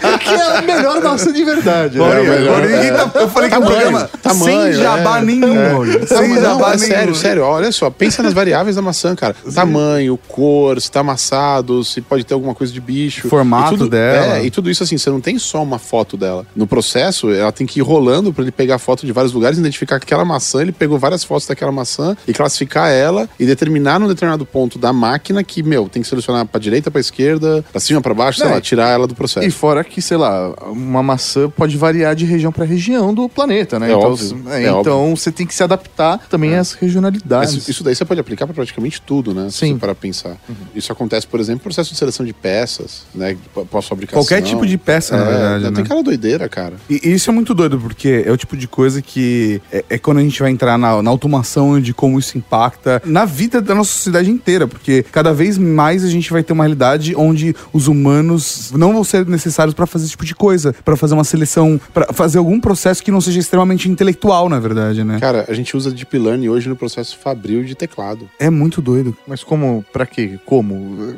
[SPEAKER 2] que, é, que é a melhor maçã de verdade. né?
[SPEAKER 1] Olha,
[SPEAKER 6] É, melhor,
[SPEAKER 1] olha,
[SPEAKER 6] é.
[SPEAKER 1] ninguém tá- eu falei que o
[SPEAKER 6] Tamanho,
[SPEAKER 1] programa
[SPEAKER 6] tamanho,
[SPEAKER 1] sem jabá
[SPEAKER 6] é.
[SPEAKER 1] nenhum, olha.
[SPEAKER 6] Não,
[SPEAKER 1] Sem
[SPEAKER 6] não,
[SPEAKER 1] jabá
[SPEAKER 6] é
[SPEAKER 1] nenhum.
[SPEAKER 6] sério, sério. Olha só, pensa nas variáveis da maçã, cara. Tamanho, cor, se tá amassado, se pode ter alguma coisa de bicho.
[SPEAKER 1] Formato
[SPEAKER 6] E tudo-
[SPEAKER 1] dela.
[SPEAKER 6] É, e tudo isso assim, você não tem só uma foto dela. No processo, ela tem que ir rolando pra ele pegar foto de vários lugares, identificar aquela maçã, ele pegou várias fotos daquela maçã e classificar ela e determinar num determinado ponto da máquina que, meu, tem que selecionar pra direita, pra esquerda, pra cima, pra baixo, sei
[SPEAKER 2] Não,
[SPEAKER 6] lá, tirar ela do processo.
[SPEAKER 2] E fora que, sei lá, uma maçã pode variar de região pra região do planeta, né?
[SPEAKER 6] É
[SPEAKER 2] então,
[SPEAKER 6] óbvio,
[SPEAKER 2] é,
[SPEAKER 6] é
[SPEAKER 2] então você tem que se adaptar também às regionalidades.
[SPEAKER 6] Mas isso daí você pode aplicar para praticamente tudo, né?
[SPEAKER 2] Sim.
[SPEAKER 6] Se para pensar.
[SPEAKER 1] Uhum.
[SPEAKER 6] Isso acontece, por exemplo, no processo de seleção de peças, né? P- Pós-fabricação.
[SPEAKER 1] Qualquer tipo de peça, na
[SPEAKER 6] É,
[SPEAKER 1] verdade,
[SPEAKER 6] Tem
[SPEAKER 1] né?
[SPEAKER 6] cara doideira, cara.
[SPEAKER 1] E isso é muito doido, porque é o tipo de coisa que é, é quando a gente vai entrar na, na automação de como isso impacta na vida da nossa sociedade inteira, porque cada vez mais a gente vai ter uma realidade onde os humanos não vão ser necessários pra fazer esse tipo de coisa, pra fazer uma seleção, pra fazer algum processo que não seja extremamente intelectual, na verdade, né?
[SPEAKER 6] Cara, a gente usa Deep Learning hoje no processo fabril de teclado.
[SPEAKER 1] É muito doido.
[SPEAKER 2] Mas como, pra quê? Como?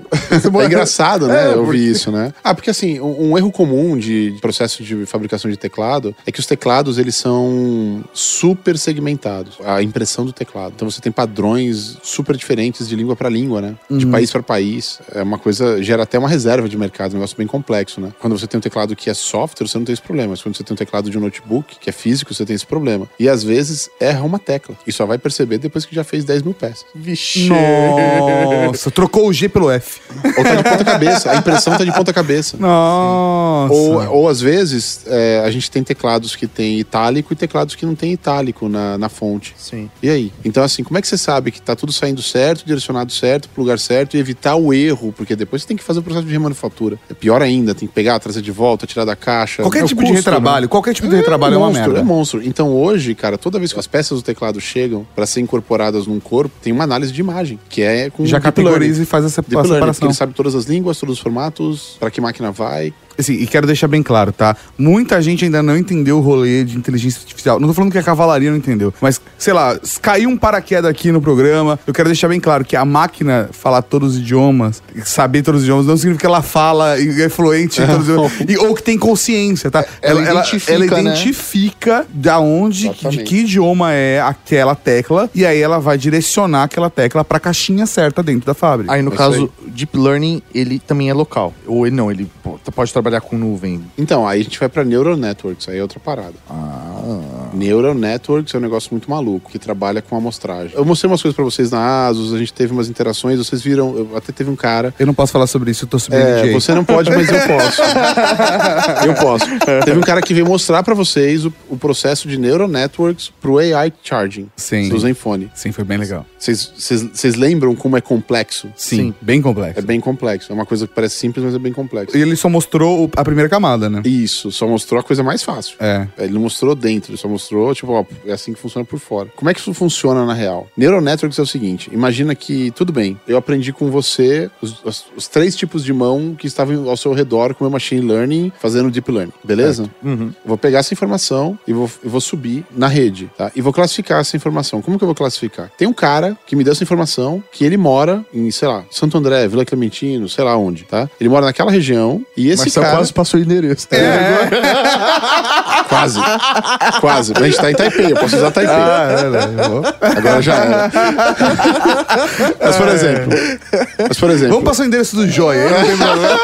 [SPEAKER 6] É engraçado,
[SPEAKER 2] É,
[SPEAKER 6] né? Eu
[SPEAKER 2] porque-
[SPEAKER 6] vi isso, né? Ah, porque assim, um, um erro comum de processo de fabricação de teclado é que os teclados, eles são super segmentados. A impressão do teclado. Então você tem padrões super diferentes de língua para língua, né?
[SPEAKER 2] Uhum.
[SPEAKER 6] De país para país. É uma coisa, gera até uma reserva de mercado, um negócio bem complexo, né? Quando você tem um teclado que é software, você não tem esse problema. Mas quando você tem um teclado de um notebook, que é físico, você tem esse problema. E às vezes erra uma tecla. E só vai perceber depois que já fez 10 mil peças.
[SPEAKER 2] Vixe.
[SPEAKER 1] Nossa, trocou o G pelo F.
[SPEAKER 6] Ou tá de ponta cabeça. A impressão tá de ponta cabeça.
[SPEAKER 1] Nossa.
[SPEAKER 6] Ou, ou às vezes é, a gente tem teclados que tem itálico e teclados que não tem itálico na, na fonte.
[SPEAKER 2] Sim.
[SPEAKER 6] E aí? Então, assim, como é que você sabe que tá tudo saindo certo, direcionado certo, pro lugar certo e evitar o erro? Porque depois você tem que fazer o processo de remanufatura. É pior ainda, tem que pegar, trazer de volta, tirar da caixa.
[SPEAKER 1] Qualquer
[SPEAKER 6] É o
[SPEAKER 1] tipo de
[SPEAKER 6] custo,
[SPEAKER 1] retrabalho,
[SPEAKER 6] né?
[SPEAKER 1] qualquer tipo de retrabalho é, uma
[SPEAKER 6] monstro,
[SPEAKER 1] merda.
[SPEAKER 6] É monstro. Então hoje, cara, toda vez que as peças do teclado chegam pra ser incorporadas num corpo, tem uma análise de imagem, que é com
[SPEAKER 1] Já
[SPEAKER 6] deep learning.
[SPEAKER 1] categoriza e faz essa
[SPEAKER 6] Deep learning, porque
[SPEAKER 1] separação.
[SPEAKER 6] ele sabe todas as línguas, todos os formatos, pra que máquina vai,
[SPEAKER 1] Assim, e quero deixar bem claro, tá? Muita gente ainda não entendeu o rolê de inteligência artificial. Não tô falando que a cavalaria não entendeu, mas, sei lá, s- caiu um paraquedas aqui no programa. Eu quero deixar bem claro que a máquina falar todos os idiomas, saber todos os idiomas, não significa que ela fala e é fluente em todos os idiomas, e, ou que tem consciência, tá?
[SPEAKER 2] ela
[SPEAKER 1] ela
[SPEAKER 2] identifica, né?
[SPEAKER 1] identifica da onde, de
[SPEAKER 6] Exatamente.
[SPEAKER 1] que idioma é aquela tecla, e aí ela vai direcionar aquela tecla pra caixinha certa dentro da fábrica.
[SPEAKER 2] Aí, no
[SPEAKER 6] É isso
[SPEAKER 2] caso, Deep Learning, ele também é local. Ou ele não, ele po- pode trabalhar com nuvem.
[SPEAKER 6] Então, aí a gente vai pra neural networks, aí é outra parada. Neural networks é um negócio muito maluco, que trabalha com amostragem. Eu mostrei umas coisas pra vocês na ASUS, a gente teve umas interações, vocês viram, eu- até teve um cara.
[SPEAKER 1] Eu não posso falar sobre isso, eu tô subindo
[SPEAKER 6] É,
[SPEAKER 1] DJ.
[SPEAKER 6] você não pode, mas eu posso. eu posso. Teve um cara que veio mostrar pra vocês o, o processo de neural networks pro AI charging.
[SPEAKER 1] Sim.
[SPEAKER 6] Do Zenfone.
[SPEAKER 1] Sim, foi bem legal.
[SPEAKER 6] Vocês- Vocês vocês lembram como é complexo?
[SPEAKER 1] Sim, bem complexo.
[SPEAKER 6] É bem complexo. É uma coisa que parece simples, mas é bem complexo.
[SPEAKER 1] E ele só mostrou mostrou o- a primeira camada, né?
[SPEAKER 6] Isso, só mostrou a coisa mais fácil.
[SPEAKER 1] É.
[SPEAKER 6] Ele não mostrou dentro, ele só mostrou, tipo, ó, é assim que funciona por fora. Como é que isso funciona na real? Neural Networks é o seguinte: imagina que, tudo bem, eu aprendi com você os, os- os três tipos de mão que estavam ao seu redor com o meu machine learning, fazendo deep learning, beleza? Vou pegar essa informação e vou, e vou subir na rede, tá? E vou classificar essa informação. Como que eu vou classificar? Tem um cara que me deu essa informação que ele mora em, sei lá, Santo André, Vila Clementino, sei lá onde, tá? Ele mora naquela região e esse
[SPEAKER 2] Marcel
[SPEAKER 6] cara.
[SPEAKER 2] quase passou o endereço. tá
[SPEAKER 1] É,
[SPEAKER 6] Quase. Quase. Mas a gente tá em Taipei, eu posso usar Taipei.
[SPEAKER 1] Ah, é, né?
[SPEAKER 6] Agora já era. Mas por exemplo. Mas por exemplo.
[SPEAKER 1] Ah, é. Vamos passar o endereço do Joia. aí não tem problema.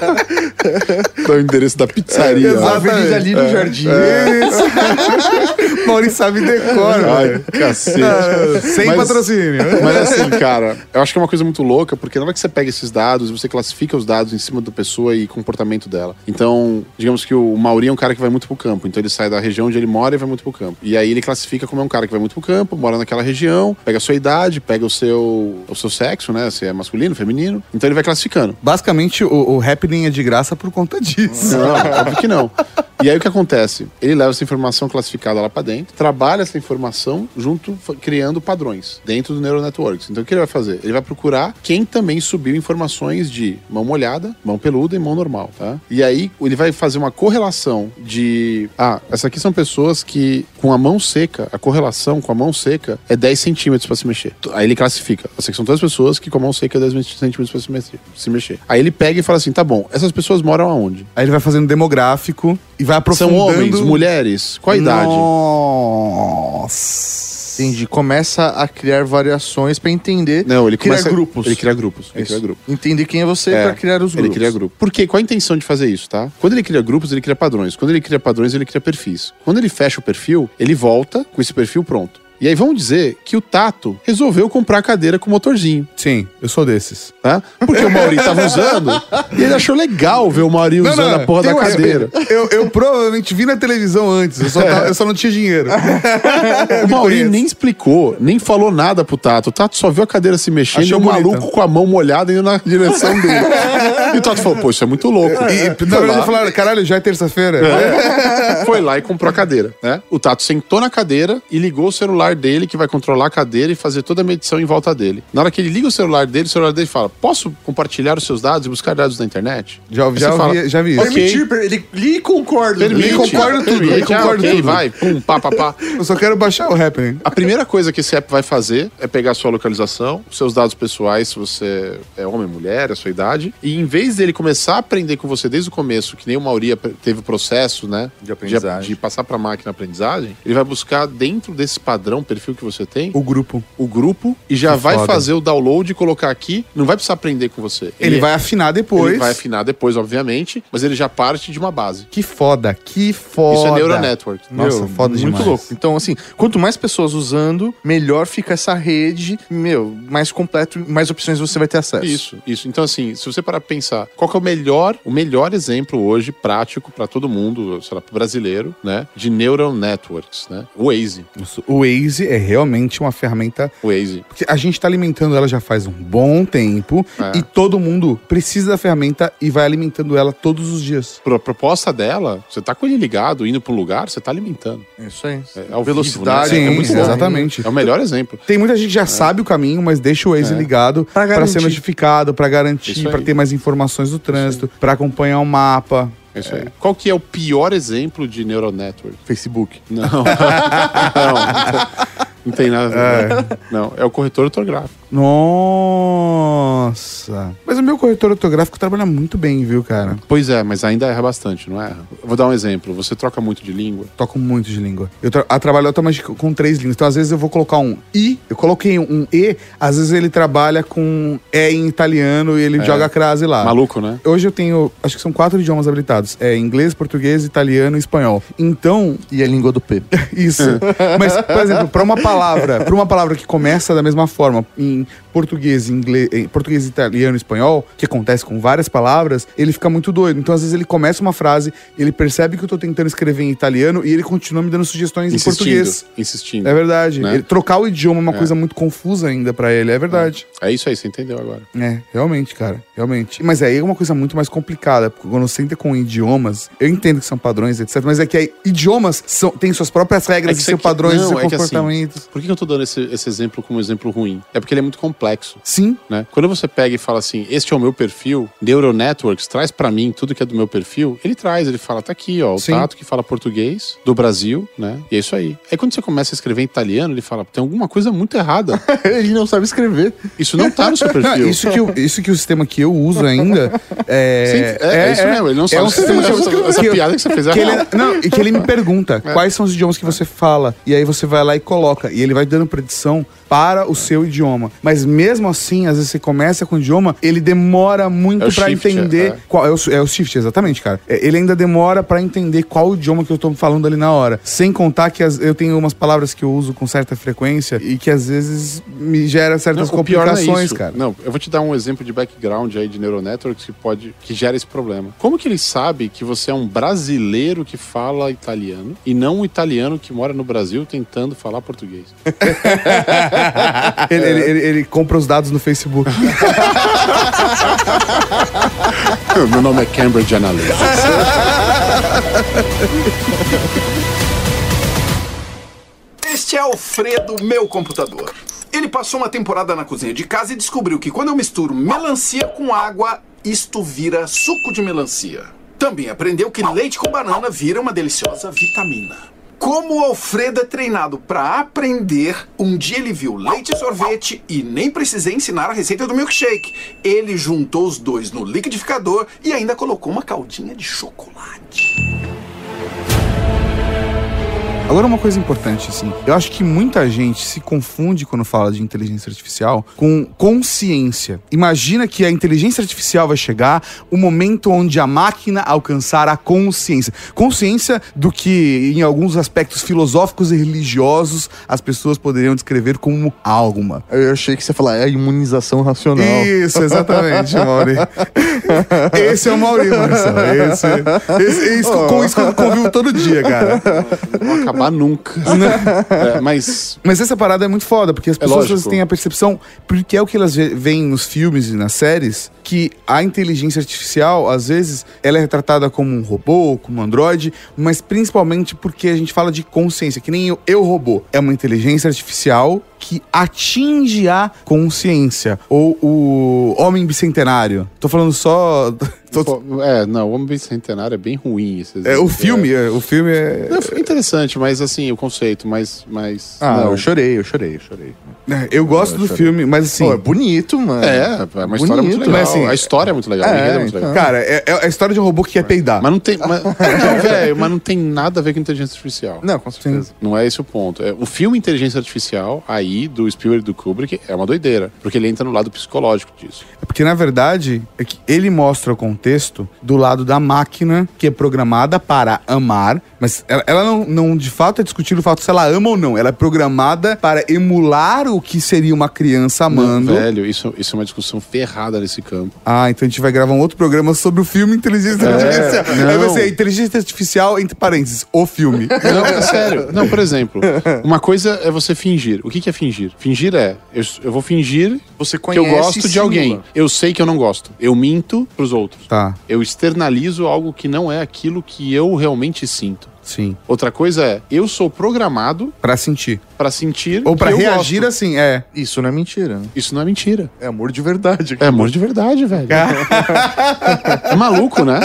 [SPEAKER 6] dar o endereço da pizzaria.
[SPEAKER 2] A avenida ali
[SPEAKER 1] É.
[SPEAKER 2] no jardim.
[SPEAKER 1] Isso. Maurício sabe decora.
[SPEAKER 6] Ai, cacete.
[SPEAKER 1] Ah, Sem
[SPEAKER 6] É, Mas-
[SPEAKER 1] patrocínio.
[SPEAKER 6] Mas assim, cara, eu acho que é uma coisa muito louca, porque na hora que você pega esses dados, você classifica os dados em cima da pessoa e comportamento dela. Então, digamos que o Mauri é um cara que vai muito pro campo. Então ele sai da região onde ele mora e vai muito pro campo. E aí ele classifica como é um cara que vai muito pro campo, mora naquela região, pega a sua idade, pega o seu, o seu sexo, né? Se é masculino, feminino. Então ele vai classificando.
[SPEAKER 1] Basicamente, o, o Happening é de graça por conta disso.
[SPEAKER 6] Não, óbvio que não. E aí o que acontece? Ele leva essa informação classificada lá pra dentro, trabalha essa informação junto, fa- criando padrões dentro do Neural Networks. Então o que ele vai fazer? Ele vai procurar quem também subiu informações de mão molhada, mão peluda e mão normal, tá? E aí ele vai fazer uma correlação de... Ah, essa aqui são pessoas que com a mão seca, a correlação com a mão seca é 10 centímetros pra se mexer. Aí ele classifica. Essas aqui são todas as pessoas que com a mão seca é 10 centímetros pra se mexer- se mexer. Aí ele pega e fala assim, tá bom, essas pessoas moram aonde?
[SPEAKER 1] Aí ele vai fazendo demográfico e vai
[SPEAKER 6] São
[SPEAKER 1] aprofundando.
[SPEAKER 6] homens, mulheres, qual a idade?
[SPEAKER 1] Nossa.
[SPEAKER 2] Entendi. Começa a criar variações pra entender.
[SPEAKER 6] Não, ele
[SPEAKER 2] criar
[SPEAKER 6] começa-
[SPEAKER 2] grupos.
[SPEAKER 6] Ele cria grupos. Ele
[SPEAKER 2] Isso.
[SPEAKER 6] cria grupos.
[SPEAKER 2] Entender quem é você
[SPEAKER 6] É,
[SPEAKER 2] pra criar os grupos.
[SPEAKER 6] Ele cria grupo. Por quê? Qual a intenção de fazer isso, tá? Quando ele cria grupos, ele cria padrões. Quando ele cria padrões, ele cria perfis. Quando ele fecha o perfil, ele volta com esse perfil pronto. E aí vamos dizer que o Tato resolveu comprar a cadeira com motorzinho,
[SPEAKER 1] Sim, eu sou desses.
[SPEAKER 6] tá? Porque o Mauri tava usando e ele achou legal ver o Mauri usando a porra da
[SPEAKER 1] tem um
[SPEAKER 6] cadeira. É.
[SPEAKER 1] respeito. Eu, eu provavelmente vi na televisão antes, eu só, tava- eu só não tinha dinheiro.
[SPEAKER 6] O Mauri
[SPEAKER 1] É, conheço.
[SPEAKER 6] nem explicou, nem falou nada pro Tato. O Tato só viu a cadeira se mexendo
[SPEAKER 1] Achou
[SPEAKER 6] e o
[SPEAKER 1] bonita.
[SPEAKER 6] maluco com a mão molhada indo na direção dele. e o Tato falou, pô, isso é muito louco.
[SPEAKER 1] E, e na
[SPEAKER 6] Foi
[SPEAKER 1] verdade
[SPEAKER 6] lá.
[SPEAKER 1] falaram, caralho, já é terça-feira?
[SPEAKER 6] É. Foi lá e comprou a cadeira, né? O Tato sentou na cadeira e ligou o celular dele, que vai controlar a cadeira e fazer toda a medição em volta dele. Na hora que ele liga o celular dele, o celular dele fala: Posso compartilhar os seus dados e buscar dados na internet?
[SPEAKER 1] Já,
[SPEAKER 6] Aí
[SPEAKER 1] já,
[SPEAKER 6] você
[SPEAKER 1] vi, já vi isso.
[SPEAKER 6] Ok.
[SPEAKER 10] Permitir, per- ele lhe concordo.
[SPEAKER 6] Permite,
[SPEAKER 1] Eu concordo tudo, eu
[SPEAKER 6] permite,
[SPEAKER 1] concordo
[SPEAKER 6] ah, ok,
[SPEAKER 1] tudo.
[SPEAKER 6] vai, pum, pá, pá, pá.
[SPEAKER 1] Eu só quero baixar o Happening.
[SPEAKER 6] A primeira coisa que esse app vai fazer é pegar a sua localização, os seus dados pessoais, se você é homem, mulher, a sua idade, e em vez dele começar a aprender com você desde o começo, que nem o Mauri apre- teve o processo, né,
[SPEAKER 2] De aprendizagem.
[SPEAKER 6] de, de passar para a máquina a aprendizagem, ele vai buscar dentro desse padrão, perfil que você tem,
[SPEAKER 1] O grupo.
[SPEAKER 6] o, grupo e já
[SPEAKER 1] Que
[SPEAKER 6] vai
[SPEAKER 1] foda.
[SPEAKER 6] fazer o download e colocar aqui, não vai precisar aprender com você.
[SPEAKER 1] Ele, vai afinar depois.
[SPEAKER 6] ele vai afinar depois, obviamente, mas ele já parte de uma base.
[SPEAKER 1] Que foda, que foda.
[SPEAKER 6] Isso é neural network.
[SPEAKER 1] Nossa,
[SPEAKER 2] Meu,
[SPEAKER 1] foda
[SPEAKER 2] muito
[SPEAKER 1] demais.
[SPEAKER 2] louco. Então, assim, quanto mais pessoas usando, melhor fica essa rede, meu, mais completo, mais opções você vai ter acesso.
[SPEAKER 6] Isso, isso. Então, assim, se você parar pra pensar, qual que é o melhor, o melhor exemplo hoje, prático, pra todo mundo, sei lá, pro brasileiro, né? De neural networks, né? O Waze.
[SPEAKER 1] Nossa, O Waze é realmente uma ferramenta
[SPEAKER 6] O Waze.
[SPEAKER 1] Porque a gente tá alimentando ela já faz um bom tempo
[SPEAKER 6] É.
[SPEAKER 1] e todo mundo precisa da ferramenta e vai alimentando ela todos os dias.
[SPEAKER 6] Pro- A proposta dela, você tá com ele ligado, indo pra um lugar, você tá alimentando.
[SPEAKER 2] Isso aí.
[SPEAKER 6] É, ao
[SPEAKER 2] Velocidade,
[SPEAKER 6] vivo,
[SPEAKER 1] Sim,
[SPEAKER 6] né? é muito bom.
[SPEAKER 1] exatamente.
[SPEAKER 6] É o melhor exemplo.
[SPEAKER 1] Tem muita gente que já
[SPEAKER 6] É.
[SPEAKER 1] sabe o caminho, mas deixa o Waze ligado
[SPEAKER 2] Pra
[SPEAKER 1] pra ser
[SPEAKER 2] garantir.
[SPEAKER 1] notificado, pra
[SPEAKER 6] Isso
[SPEAKER 1] garantir,
[SPEAKER 6] aí.
[SPEAKER 1] pra ter mais informações do trânsito, pra acompanhar o mapa.
[SPEAKER 6] É isso aí. Qual que é o pior exemplo de neural network?
[SPEAKER 2] Facebook.
[SPEAKER 6] Não. não, não, tem- não tem nada. a ver. Não, é o corretor ortográfico.
[SPEAKER 1] Nossa. Mas o meu corretor ortográfico trabalha muito bem, viu, cara?
[SPEAKER 6] Pois é, mas ainda erra bastante, não erra? Eu Vou dar um exemplo. Você troca muito de língua.
[SPEAKER 1] Toco muito de língua. Eu tra a- trabalho automaticamente com- com três línguas. Então, às vezes, eu vou colocar um I, eu coloquei um E, às vezes ele trabalha com E em italiano e ele joga a crase lá.
[SPEAKER 6] É. Maluco, né?
[SPEAKER 1] Hoje eu tenho, acho que são quatro idiomas habilitados: é inglês, português, italiano e espanhol. Então,
[SPEAKER 2] E a língua do P.
[SPEAKER 1] isso. Mas, por exemplo, pra uma palavra, pra uma palavra que começa da mesma forma em português, inglês, em português, italiano, espanhol, que acontece com várias palavras, ele fica muito doido. Então, às vezes, ele começa uma frase, ele percebe que eu tô tentando escrever em italiano e ele continua me dando sugestões em
[SPEAKER 6] Insistindo,
[SPEAKER 1] português.
[SPEAKER 6] insistindo.
[SPEAKER 1] É verdade.
[SPEAKER 6] Né?
[SPEAKER 1] Ele- trocar o idioma é uma
[SPEAKER 6] É.
[SPEAKER 1] coisa muito confusa ainda pra ele, é verdade.
[SPEAKER 6] É isso aí, você entendeu agora.
[SPEAKER 1] É, realmente, cara, realmente. Mas aí é uma coisa muito mais complicada, porque quando você entra com idiomas, eu entendo que são padrões, etc, mas é que aí, idiomas são, têm suas próprias regras
[SPEAKER 6] É que
[SPEAKER 1] e
[SPEAKER 6] você
[SPEAKER 1] seus
[SPEAKER 6] que-
[SPEAKER 1] padrões
[SPEAKER 6] não,
[SPEAKER 1] e seus
[SPEAKER 6] é que assim,
[SPEAKER 1] comportamentos.
[SPEAKER 6] Por que que eu tô dando esse, esse exemplo como exemplo ruim? É porque ele é muito complexo.
[SPEAKER 1] Sim.
[SPEAKER 6] Né? Quando você pega e fala assim, este é o meu perfil, Neural Networks traz pra mim tudo que é do meu perfil, ele traz, ele fala, tá aqui, ó, o
[SPEAKER 1] Sim.
[SPEAKER 6] Tato que fala português do Brasil, né? E é isso aí. Aí quando você começa a escrever em italiano, ele fala, tem alguma coisa muito errada.
[SPEAKER 2] Ele não sabe escrever.
[SPEAKER 6] Isso não tá no seu perfil.
[SPEAKER 1] Isso que, o- isso que o sistema que eu uso ainda é.
[SPEAKER 6] Sim, é- é isso mesmo, ele não sabe
[SPEAKER 1] um
[SPEAKER 6] escrever.
[SPEAKER 1] sistema que eu uso
[SPEAKER 6] Essa- essa piada que você fez é
[SPEAKER 1] ele-
[SPEAKER 6] real.
[SPEAKER 1] Não, e que ele me pergunta
[SPEAKER 6] É.
[SPEAKER 1] quais são os idiomas que você fala. E aí você vai lá e coloca. E ele vai dando predição para o seu idioma. Mas mesmo assim, às vezes você começa com o idioma, ele demora muito
[SPEAKER 6] É o
[SPEAKER 1] pra
[SPEAKER 6] shift,
[SPEAKER 1] entender.
[SPEAKER 6] é.
[SPEAKER 1] Qual, é, o, é o shift, exatamente, cara. É, ele ainda demora pra entender qual idioma que eu tô falando ali na hora. Sem contar que as- eu tenho umas palavras que eu uso com certa frequência e que às vezes me gera certas
[SPEAKER 6] o pior
[SPEAKER 1] complicações,
[SPEAKER 6] não é isso.
[SPEAKER 1] cara.
[SPEAKER 6] Não, eu vou te dar um exemplo de background aí de neural networks que pode que gera esse problema. Como que ele sabe que você é um brasileiro que fala italiano e não um italiano que mora no Brasil tentando falar português?
[SPEAKER 1] Ele, ele- ele- ele compra os dados no Facebook.
[SPEAKER 6] Meu nome é Cambridge Analytics.
[SPEAKER 10] Este é Alfredo, meu computador. Ele passou uma temporada na cozinha de casa e descobriu que quando eu misturo melancia com água, isto vira suco de melancia. Também aprendeu que leite com banana vira uma deliciosa vitamina. Como o Alfredo é treinado para aprender, um dia ele viu leite e sorvete e nem precisei ensinar a receita do milkshake. Ele juntou os dois no liquidificador e ainda colocou uma caldinha de chocolate.
[SPEAKER 1] Agora, uma coisa importante, assim. Eu acho que muita gente se confunde quando fala de inteligência artificial com consciência. Imagina que a inteligência artificial vai chegar o momento onde a máquina alcançar a consciência. Consciência do que, em alguns aspectos filosóficos e religiosos, as pessoas poderiam descrever como alma.
[SPEAKER 2] Eu achei que você ia falar, é a imunização racional.
[SPEAKER 1] Isso, exatamente, Mauri. Esse é o Mauri, Marcelo. Esse, esse- isso- com isso que eu convivo todo dia, cara.
[SPEAKER 6] Não vai acabar nunca. É, mas
[SPEAKER 1] Mas essa parada é muito foda, porque as pessoas às vezes
[SPEAKER 6] lógico.
[SPEAKER 1] têm a percepção, porque é o que elas ve- veem nos filmes e nas séries, que a inteligência artificial, às vezes, ela é retratada como um robô, como um androide, mas principalmente porque a gente fala de consciência, que nem eu, eu robô. É uma inteligência artificial que atinge a consciência. Ou o homem bicentenário. Tô falando só. tô-
[SPEAKER 6] pô, é, não, o Homem Bicentenário é bem ruim. Esse
[SPEAKER 1] é,
[SPEAKER 6] exemplo.
[SPEAKER 1] o filme, é, o filme é.
[SPEAKER 6] É, foi interessante, mas assim, o conceito, mas. mas
[SPEAKER 2] Ah,
[SPEAKER 6] não.
[SPEAKER 2] eu chorei, eu chorei, eu chorei.
[SPEAKER 1] é, Eu gosto do filme, mas assim.
[SPEAKER 2] Pô, é bonito, mano.
[SPEAKER 6] É, é uma história muito
[SPEAKER 2] Bonito,
[SPEAKER 6] legal.
[SPEAKER 1] mas assim-
[SPEAKER 6] a história é muito legal, o
[SPEAKER 2] É,
[SPEAKER 6] enredo é muito legal.
[SPEAKER 1] Cara, é, é a história de um robô que quer peidar.
[SPEAKER 6] Mas não tem. Mas, não, velho, mas não tem nada a ver com inteligência artificial.
[SPEAKER 2] Não, com certeza.
[SPEAKER 6] Não é esse o ponto. É, o filme Inteligência Artificial, aí, do Spielberg e do Kubrick, é uma doideira. Porque ele entra no lado psicológico disso.
[SPEAKER 1] É Porque, na verdade, é que ele mostra o contexto do lado da máquina que é programada para amar, mas ela, ela não, não, de fato, é discutir o fato se ela ama ou não. Ela é programada para emular o que seria uma criança amando.
[SPEAKER 6] Velho, isso, isso é uma discussão ferrada nesse campo.
[SPEAKER 1] ah, então a gente vai gravar um outro programa sobre o filme
[SPEAKER 2] É,
[SPEAKER 1] Inteligência Artificial. Aí vai
[SPEAKER 6] não.
[SPEAKER 1] ser Inteligência Artificial, entre parênteses, o filme.
[SPEAKER 6] Não, é sério. Não, por exemplo, uma coisa é você fingir. O que que é fingir? Fingir é, eu, eu vou fingir
[SPEAKER 2] Você
[SPEAKER 6] que eu
[SPEAKER 2] conhece e
[SPEAKER 6] gosto de
[SPEAKER 2] simula.
[SPEAKER 6] alguém. Eu sei que eu não gosto. Eu minto pros outros.
[SPEAKER 1] tá,
[SPEAKER 6] Eu externalizo algo que não é aquilo que eu realmente sinto.
[SPEAKER 1] sim.
[SPEAKER 6] Outra coisa é, eu sou programado
[SPEAKER 1] Pra sentir.
[SPEAKER 6] pra sentir
[SPEAKER 1] Ou pra
[SPEAKER 6] que eu
[SPEAKER 1] reagir
[SPEAKER 6] gosto.
[SPEAKER 1] assim, é.
[SPEAKER 2] Isso não é mentira, né?
[SPEAKER 6] Isso não é mentira.
[SPEAKER 2] É amor de verdade.
[SPEAKER 6] É amor de verdade, velho.
[SPEAKER 1] Ah.
[SPEAKER 6] é maluco, né?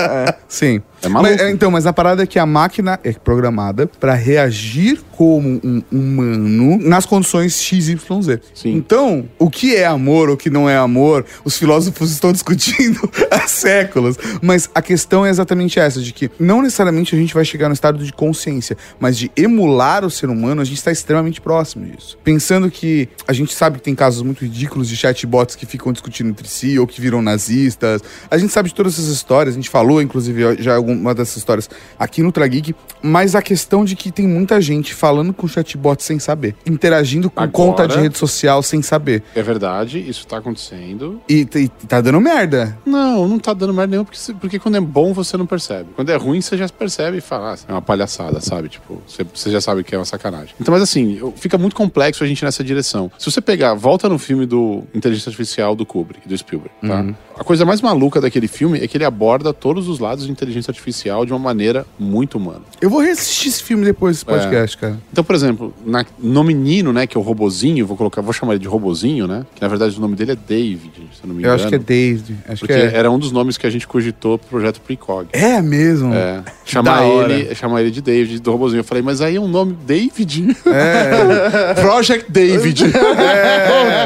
[SPEAKER 1] Sim.
[SPEAKER 6] É maluco.
[SPEAKER 1] Mas, é, então, mas a parada é que a máquina é programada pra reagir como um humano nas condições XYZ.
[SPEAKER 6] Sim.
[SPEAKER 1] Então, o que é amor, o que não é amor, os filósofos estão discutindo há séculos. Mas a questão é exatamente essa, de que não necessariamente a gente vai chegar no estado de consciência, mas de emular o ser humano, a gente está extremamente próximo disso. Pensando que a gente sabe que tem casos muito ridículos de chatbots que ficam discutindo entre si ou que viram nazistas. A gente sabe de todas essas histórias, a gente falou, inclusive, já alguma dessas histórias aqui no Trageek, mas a questão de que tem muita gente falando com chatbot sem saber, interagindo com
[SPEAKER 6] Agora-
[SPEAKER 1] conta de rede social sem saber.
[SPEAKER 6] É verdade, isso tá acontecendo.
[SPEAKER 1] E, t- e tá dando merda.
[SPEAKER 6] Não, não tá dando merda nenhuma, porque, se- porque quando é bom você não percebe. Quando é ruim você já percebe e fala, ah, é uma palhaçada, sabe? Tipo, você, você já sabe que é uma sacanagem. Então, mas assim, eu- fica muito complexo a gente ir nessa direção. Se você pegar, volta no filme do Inteligência Artificial do Kubrick, do Spielberg, tá? A coisa mais maluca daquele filme é que ele aborda todos os lados de inteligência artificial de uma maneira muito humana.
[SPEAKER 1] Eu vou reassistir esse filme depois
[SPEAKER 6] É.
[SPEAKER 1] desse podcast, cara.
[SPEAKER 6] Então, por exemplo, na- no menino, né, que é o robozinho, vou colocar, vou chamar ele de robozinho, né? Que na verdade o nome dele é David, se eu não me engano.
[SPEAKER 1] Eu acho que é Daisy. Acho que
[SPEAKER 6] Porque
[SPEAKER 1] é.
[SPEAKER 6] era um dos nomes que a gente cogitou pro projeto Precog.
[SPEAKER 1] É mesmo.
[SPEAKER 6] É. Chamar
[SPEAKER 1] Da hora.
[SPEAKER 6] ele, chamar ele de David, do robozinho. Eu falei, mas aí é um nome David?
[SPEAKER 1] É.
[SPEAKER 6] Project David.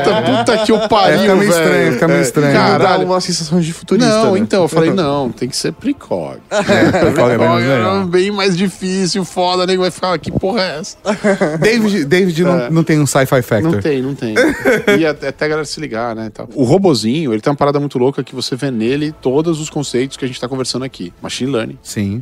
[SPEAKER 6] Puta, puta que eu pariu,
[SPEAKER 1] É, fica meio
[SPEAKER 6] velho.
[SPEAKER 1] estranho, fica meio
[SPEAKER 6] É,
[SPEAKER 1] estranho.
[SPEAKER 6] Caralho.
[SPEAKER 1] Dá uma sensação de futurista.
[SPEAKER 6] não,
[SPEAKER 1] né?
[SPEAKER 6] então, eu falei, não, tem que ser Precog. um
[SPEAKER 1] Precog é bem mais legal.
[SPEAKER 6] bem mais difícil, foda, nego vai ficar, que porra é essa?
[SPEAKER 1] David, David não, não tem um sci-fi factor.
[SPEAKER 6] É. Não tem, não tem. E até, até a galera se ligar, né? e Tal. O robozinho, ele tem uma parada muito louca que você vê nele todos os conceitos que a gente tá conversando aqui. Machine learning.
[SPEAKER 1] Sim.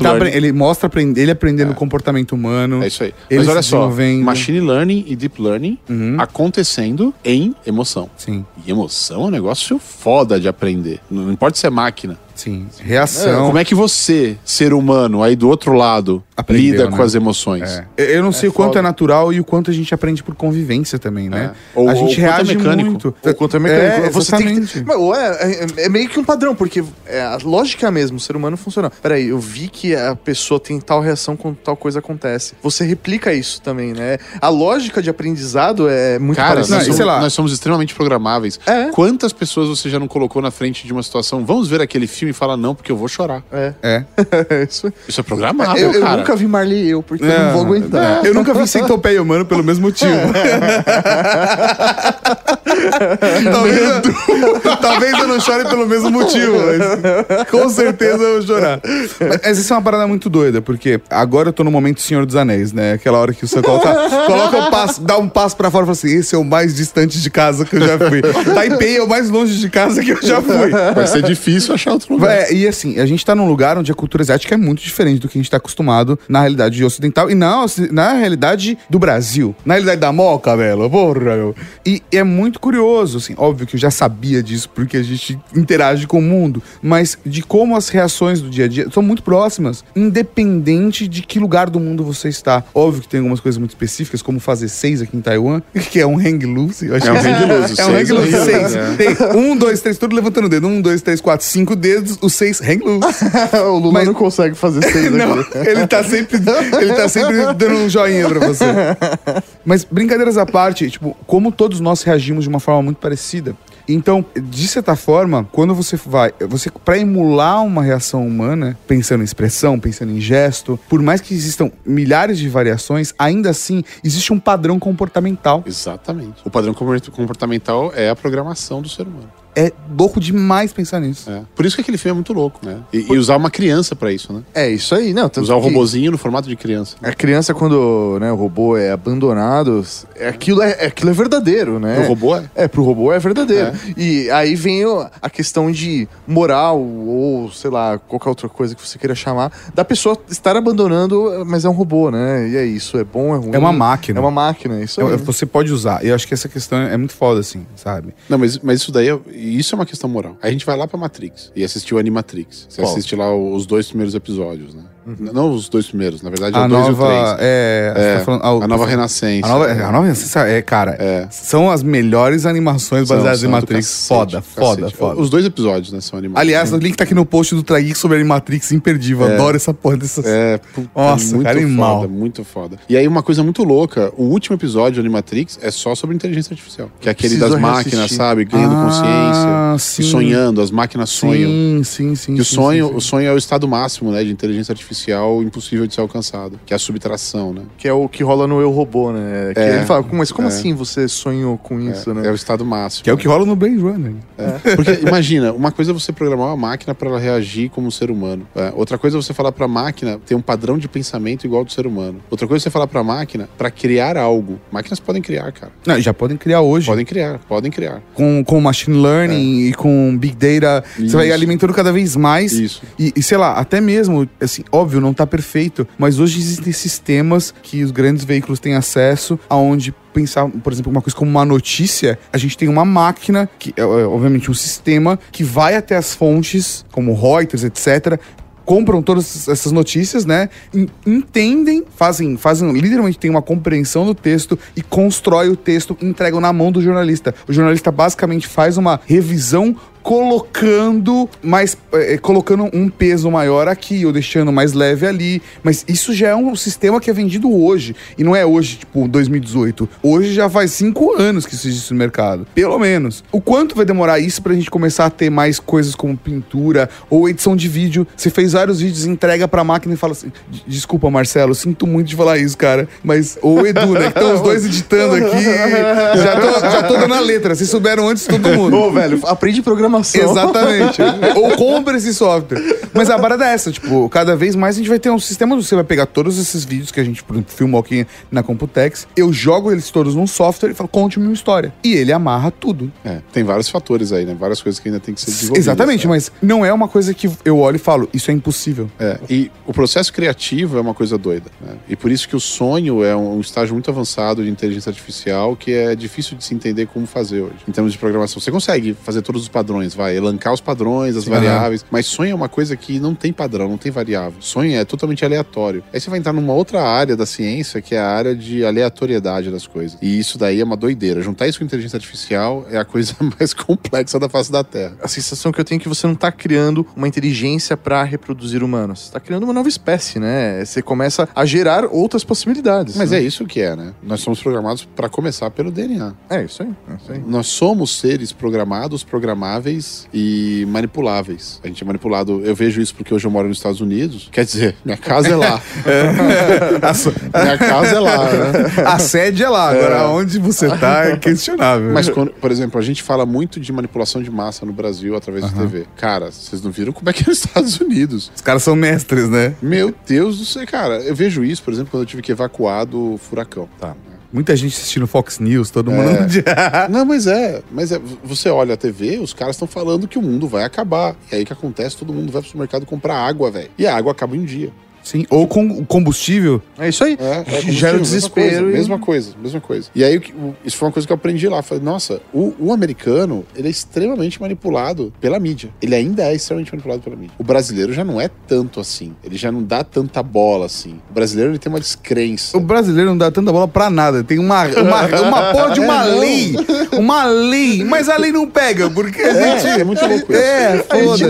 [SPEAKER 1] Ele, tá
[SPEAKER 6] learning.
[SPEAKER 1] apre- ele mostra aprend- ele aprendendo o comportamento humano.
[SPEAKER 6] É isso aí.
[SPEAKER 1] Ele
[SPEAKER 6] Mas olha
[SPEAKER 1] se
[SPEAKER 6] só,
[SPEAKER 1] desenvolvendo. Uhum.
[SPEAKER 6] machine learning e deep learning acontecendo em emoção.
[SPEAKER 1] Sim,
[SPEAKER 6] E emoção é um negócio foda de aprender. Não não importa se é máquina.
[SPEAKER 1] sim.
[SPEAKER 6] É,
[SPEAKER 1] Reação.
[SPEAKER 6] Como é que você, ser humano, aí do outro lado,
[SPEAKER 1] Aprendeu,
[SPEAKER 6] lida
[SPEAKER 1] né?
[SPEAKER 6] com as emoções?
[SPEAKER 1] É. Eu eu não sei o quanto
[SPEAKER 6] foda.
[SPEAKER 1] é natural e o quanto a gente aprende por convivência também, né?
[SPEAKER 6] É. Ou-
[SPEAKER 1] a
[SPEAKER 6] ou
[SPEAKER 1] gente
[SPEAKER 6] o quanto é
[SPEAKER 1] reage
[SPEAKER 6] mecânico.
[SPEAKER 1] muito.
[SPEAKER 2] O quanto é mecânico.
[SPEAKER 1] É,
[SPEAKER 2] você tem
[SPEAKER 1] exatamente.
[SPEAKER 2] que, Mas, ué, é, é meio que um padrão, porque é a lógica mesmo, o ser humano funciona. Peraí, eu vi que a pessoa tem tal reação quando tal coisa acontece. Você replica isso também, né? A lógica de aprendizado é muito
[SPEAKER 6] Cara, nós,
[SPEAKER 2] parecida.
[SPEAKER 1] não, e
[SPEAKER 6] somos,
[SPEAKER 1] sei lá.
[SPEAKER 6] nós somos extremamente programáveis.
[SPEAKER 2] É.
[SPEAKER 6] Quantas pessoas você já não colocou na frente de uma situação? Vamos ver aquele filme e fala não, porque eu vou chorar.
[SPEAKER 1] É.
[SPEAKER 2] Isso-
[SPEAKER 6] Isso é programável,
[SPEAKER 2] eu, eu
[SPEAKER 6] cara.
[SPEAKER 2] nunca vi Marley e eu, porque eu não vou aguentar.
[SPEAKER 1] É. Eu nunca vi centopeia humano pelo mesmo motivo. talvez, eu, talvez eu não chore pelo mesmo motivo, mas com certeza eu vou chorar. Mas essa é uma parada muito doida, porque agora eu tô no momento Senhor dos Anéis, né? Aquela hora que você coloca, coloca o passo, dá um passo pra fora e fala assim: esse é o mais distante de casa que eu já fui. Taipei é o mais longe de casa que eu já fui.
[SPEAKER 6] Vai ser difícil achar outro lugar.
[SPEAKER 1] Vai, e assim, a gente tá num lugar onde a cultura asiática é muito diferente do que a gente tá acostumado na realidade ocidental e na, oci- na realidade do Brasil. Na realidade da moca, velho. Porra, meu. E é muito curioso, assim, óbvio que eu já sabia disso porque a gente interage com o mundo, mas de como as reações do dia a dia são muito próximas, independente de que lugar do mundo você está. Óbvio que tem algumas coisas muito específicas, como fazer seis aqui em Taiwan, que é um hang loose. Eu acho
[SPEAKER 6] É um
[SPEAKER 1] que-
[SPEAKER 6] hang loose,
[SPEAKER 1] É um
[SPEAKER 6] seis
[SPEAKER 1] hang loose.
[SPEAKER 6] é um hang
[SPEAKER 1] Seis.
[SPEAKER 6] loose, é.
[SPEAKER 1] Tem um, dois, três, tudo levantando o dedo. Um, dois, três, quatro, cinco dedos, os seis hang loose.
[SPEAKER 2] o Lula
[SPEAKER 1] Mas-
[SPEAKER 2] não consegue fazer seis
[SPEAKER 1] Não,
[SPEAKER 2] aqui.
[SPEAKER 1] ele tá sempre, ele tá sempre dando um joinha pra você. Mas brincadeiras à parte, tipo, como todos nós reagimos de uma forma muito parecida. Então, de certa forma, quando você vai, você para emular uma reação humana, pensando em expressão, pensando em gesto, por mais que existam milhares de variações, ainda assim existe um padrão comportamental.
[SPEAKER 6] Exatamente. O padrão compor- comportamental é a programação do ser humano.
[SPEAKER 1] É louco demais pensar nisso.
[SPEAKER 6] É. Por isso que aquele filme é muito louco, né? E, e usar uma criança pra isso, né?
[SPEAKER 2] É isso aí, não. tanto
[SPEAKER 6] Usar o
[SPEAKER 2] que-
[SPEAKER 6] robozinho no formato de criança.
[SPEAKER 2] A criança, quando né, o robô é abandonado, é- aquilo é, aquilo é verdadeiro, né?
[SPEAKER 6] O robô é.
[SPEAKER 2] É, pro robô é verdadeiro. E aí vem o- a questão de moral ou, sei lá, qualquer outra coisa que você queira chamar, da pessoa estar abandonando, mas é um robô, né? E é isso, é bom, é ruim.
[SPEAKER 1] É uma máquina.
[SPEAKER 2] É uma máquina, isso
[SPEAKER 1] Eu-
[SPEAKER 2] aí.
[SPEAKER 1] eu- Você pode usar. E eu acho que essa questão é muito foda, assim, sabe?
[SPEAKER 6] Não, mas, mas isso daí é, isso é uma questão moral. A gente vai lá pra Matrix e assistiu Animatrix. Você
[SPEAKER 2] Qual?
[SPEAKER 6] assiste lá o- os dois primeiros episódios, né? N- Não os dois primeiros, na verdade, é
[SPEAKER 1] a
[SPEAKER 6] o dois e o
[SPEAKER 1] nova. É,
[SPEAKER 6] três. É,
[SPEAKER 1] você tá falando- ah, o-
[SPEAKER 6] a nova renascença.
[SPEAKER 1] A nova, a nova Renascença é, cara, são as melhores animações
[SPEAKER 6] São-
[SPEAKER 1] baseadas
[SPEAKER 6] são
[SPEAKER 1] em
[SPEAKER 6] do
[SPEAKER 1] Matrix.
[SPEAKER 6] cacete,
[SPEAKER 1] foda,
[SPEAKER 6] cacete.
[SPEAKER 1] foda, foda.
[SPEAKER 6] Os dois episódios, né, são animados.
[SPEAKER 1] Aliás, o link tá aqui no post do Trageek sobre Animatrix imperdível. Adoro essa porra dessas.
[SPEAKER 6] É, puta,
[SPEAKER 1] Nossa,
[SPEAKER 6] muito
[SPEAKER 1] cara, é
[SPEAKER 6] foda,
[SPEAKER 1] mal.
[SPEAKER 6] muito foda. E aí, uma coisa muito louca: o último episódio de Animatrix é só sobre inteligência artificial. Que é aquele
[SPEAKER 2] Preciso
[SPEAKER 6] das máquinas,
[SPEAKER 2] reassistir.
[SPEAKER 6] sabe? Ganhando
[SPEAKER 1] Ah,
[SPEAKER 6] consciência. e
[SPEAKER 1] sim.
[SPEAKER 6] Sonhando, as máquinas sonham.
[SPEAKER 1] Sim, sim, sim.
[SPEAKER 6] Que o
[SPEAKER 1] sim,
[SPEAKER 6] sonho,
[SPEAKER 1] sim,
[SPEAKER 6] o
[SPEAKER 1] sim.
[SPEAKER 6] sonho é o estado máximo, né, de inteligência artificial impossível de ser alcançado, que é a subtração, né?
[SPEAKER 2] Que é o que rola no Eu Robô, né? Que
[SPEAKER 6] É.
[SPEAKER 2] ele fala, mas como
[SPEAKER 6] É.
[SPEAKER 2] assim você sonhou com isso, né?
[SPEAKER 6] É o estado máximo.
[SPEAKER 1] Que é o que rola no Blade Runner.
[SPEAKER 6] É. Porque imagina, uma coisa é você programar uma máquina para ela reagir como um ser humano. É. Outra coisa é você falar para a máquina ter um padrão de pensamento igual ao do ser humano. Outra coisa é você falar para a máquina para criar algo. Máquinas podem criar, cara.
[SPEAKER 1] Não, já podem criar hoje.
[SPEAKER 6] Podem criar, podem criar.
[SPEAKER 1] Com, com machine learning e com big data,
[SPEAKER 6] É. Isso.
[SPEAKER 1] você vai alimentando cada vez mais.
[SPEAKER 6] Isso.
[SPEAKER 1] E, e, sei lá, até mesmo, assim, óbvio, não tá perfeito, mas hoje existem sistemas que os grandes veículos têm acesso, aonde pensar, por exemplo, uma coisa como uma notícia, a gente tem uma máquina, que é, é, obviamente um sistema, que vai até as fontes, como Reuters, etc., compram todas essas notícias, né? en- Entendem, fazem, fazem, literalmente tem uma compreensão do texto e constrói o texto, entregam na mão do jornalista. O jornalista basicamente faz uma revisão colocando mais eh, colocando um peso maior aqui ou deixando mais leve ali, mas isso já é um sistema que é vendido hoje e não é hoje tipo 2018. Hoje já faz cinco anos que isso existe no mercado, pelo menos. O quanto vai demorar isso pra gente começar a ter mais coisas como pintura ou edição de vídeo? Você fez vários vídeos, entrega pra máquina e fala assim: "De- desculpa Marcelo, sinto muito de falar isso, cara, mas ou o Edu, né? Que estão os dois editando aqui, já tô, já tô dando a letra. Vocês souberam antes de todo mundo.
[SPEAKER 2] Ô, velho, aprende programação.
[SPEAKER 1] Exatamente. Ou compra esse software. Mas a parada é essa, tipo, cada vez mais a gente vai ter um sistema onde você vai pegar todos esses vídeos que a gente, por exemplo, filmou aqui na Computex, eu jogo eles todos num software e falo, conte-me uma história. E ele amarra tudo.
[SPEAKER 6] É, tem vários fatores aí, né? Várias coisas que ainda tem que ser desenvolvidas.
[SPEAKER 1] Exatamente,
[SPEAKER 6] né?
[SPEAKER 1] mas não é uma coisa que eu olho e falo, isso é impossível.
[SPEAKER 6] É, e o processo criativo é uma coisa doida. Né? E por isso que o sonho é um estágio muito avançado de inteligência artificial que é difícil de se entender como fazer hoje. Em termos de programação, você consegue fazer todos os padrões, vai elancar os padrões, as variáveis, mas sonho é uma coisa que não tem padrão, não tem variável. Sonho é totalmente aleatório. Aí você vai entrar numa outra área da ciência que é a área de aleatoriedade das coisas. E isso daí é uma doideira. Juntar isso com inteligência artificial é a coisa mais complexa da face da Terra.
[SPEAKER 2] A sensação que eu tenho é que você não tá criando uma inteligência pra reproduzir humanos. Você tá criando uma nova espécie, né? Você começa a gerar outras possibilidades.
[SPEAKER 6] Mas
[SPEAKER 2] né?
[SPEAKER 6] é isso que é, né? Nós somos programados para começar pelo DNA.
[SPEAKER 2] É isso aí. É isso aí.
[SPEAKER 6] Nós somos seres programados, programáveis e manipuláveis. A gente é manipulado. Eu vejo isso porque hoje eu moro nos Estados Unidos. Quer dizer, minha casa é lá. minha casa é lá, né?
[SPEAKER 1] A sede é lá, agora onde você tá é questionável.
[SPEAKER 6] Mas, quando- por exemplo, a gente fala muito de manipulação de massa no Brasil através de TV. Cara, vocês não viram como é que é nos Estados Unidos?
[SPEAKER 1] os caras são mestres, né?
[SPEAKER 6] Meu Deus do céu, cara. Eu vejo isso, por exemplo, quando eu tive que evacuar do furacão. Tá.
[SPEAKER 1] Muita gente assistindo Fox News, todo mundo.
[SPEAKER 6] Não, mas é, mas é, você olha a TV, os caras estão falando que o mundo vai acabar. E aí o que acontece? Todo mundo vai pro supermercado comprar água, velho. E a áágua acaba em um dia.
[SPEAKER 1] Sim, ou com o combustível.
[SPEAKER 2] É isso aí.
[SPEAKER 6] É, é combustível,
[SPEAKER 2] Gera o
[SPEAKER 6] mesma
[SPEAKER 2] desespero.
[SPEAKER 6] coisa,
[SPEAKER 2] e-
[SPEAKER 6] Mesma coisa, mesma coisa. E aí, o que- o- isso foi uma coisa que eu aprendi lá. Falei, nossa, o, o americano, ele é extremamente manipulado pela mídia. Ele ainda é extremamente manipulado pela mídia. O brasileiro já não é tanto assim. Ele já não dá tanta bola assim. O brasileiro, ele tem uma descrença.
[SPEAKER 1] O brasileiro não dá tanta bola pra nada. Tem uma, uma, uma porra de uma
[SPEAKER 6] É, não.
[SPEAKER 1] lei. Uma lei. Mas a lei não pega, porque a gente.
[SPEAKER 6] É, é muito louco isso.
[SPEAKER 1] É, foda-se.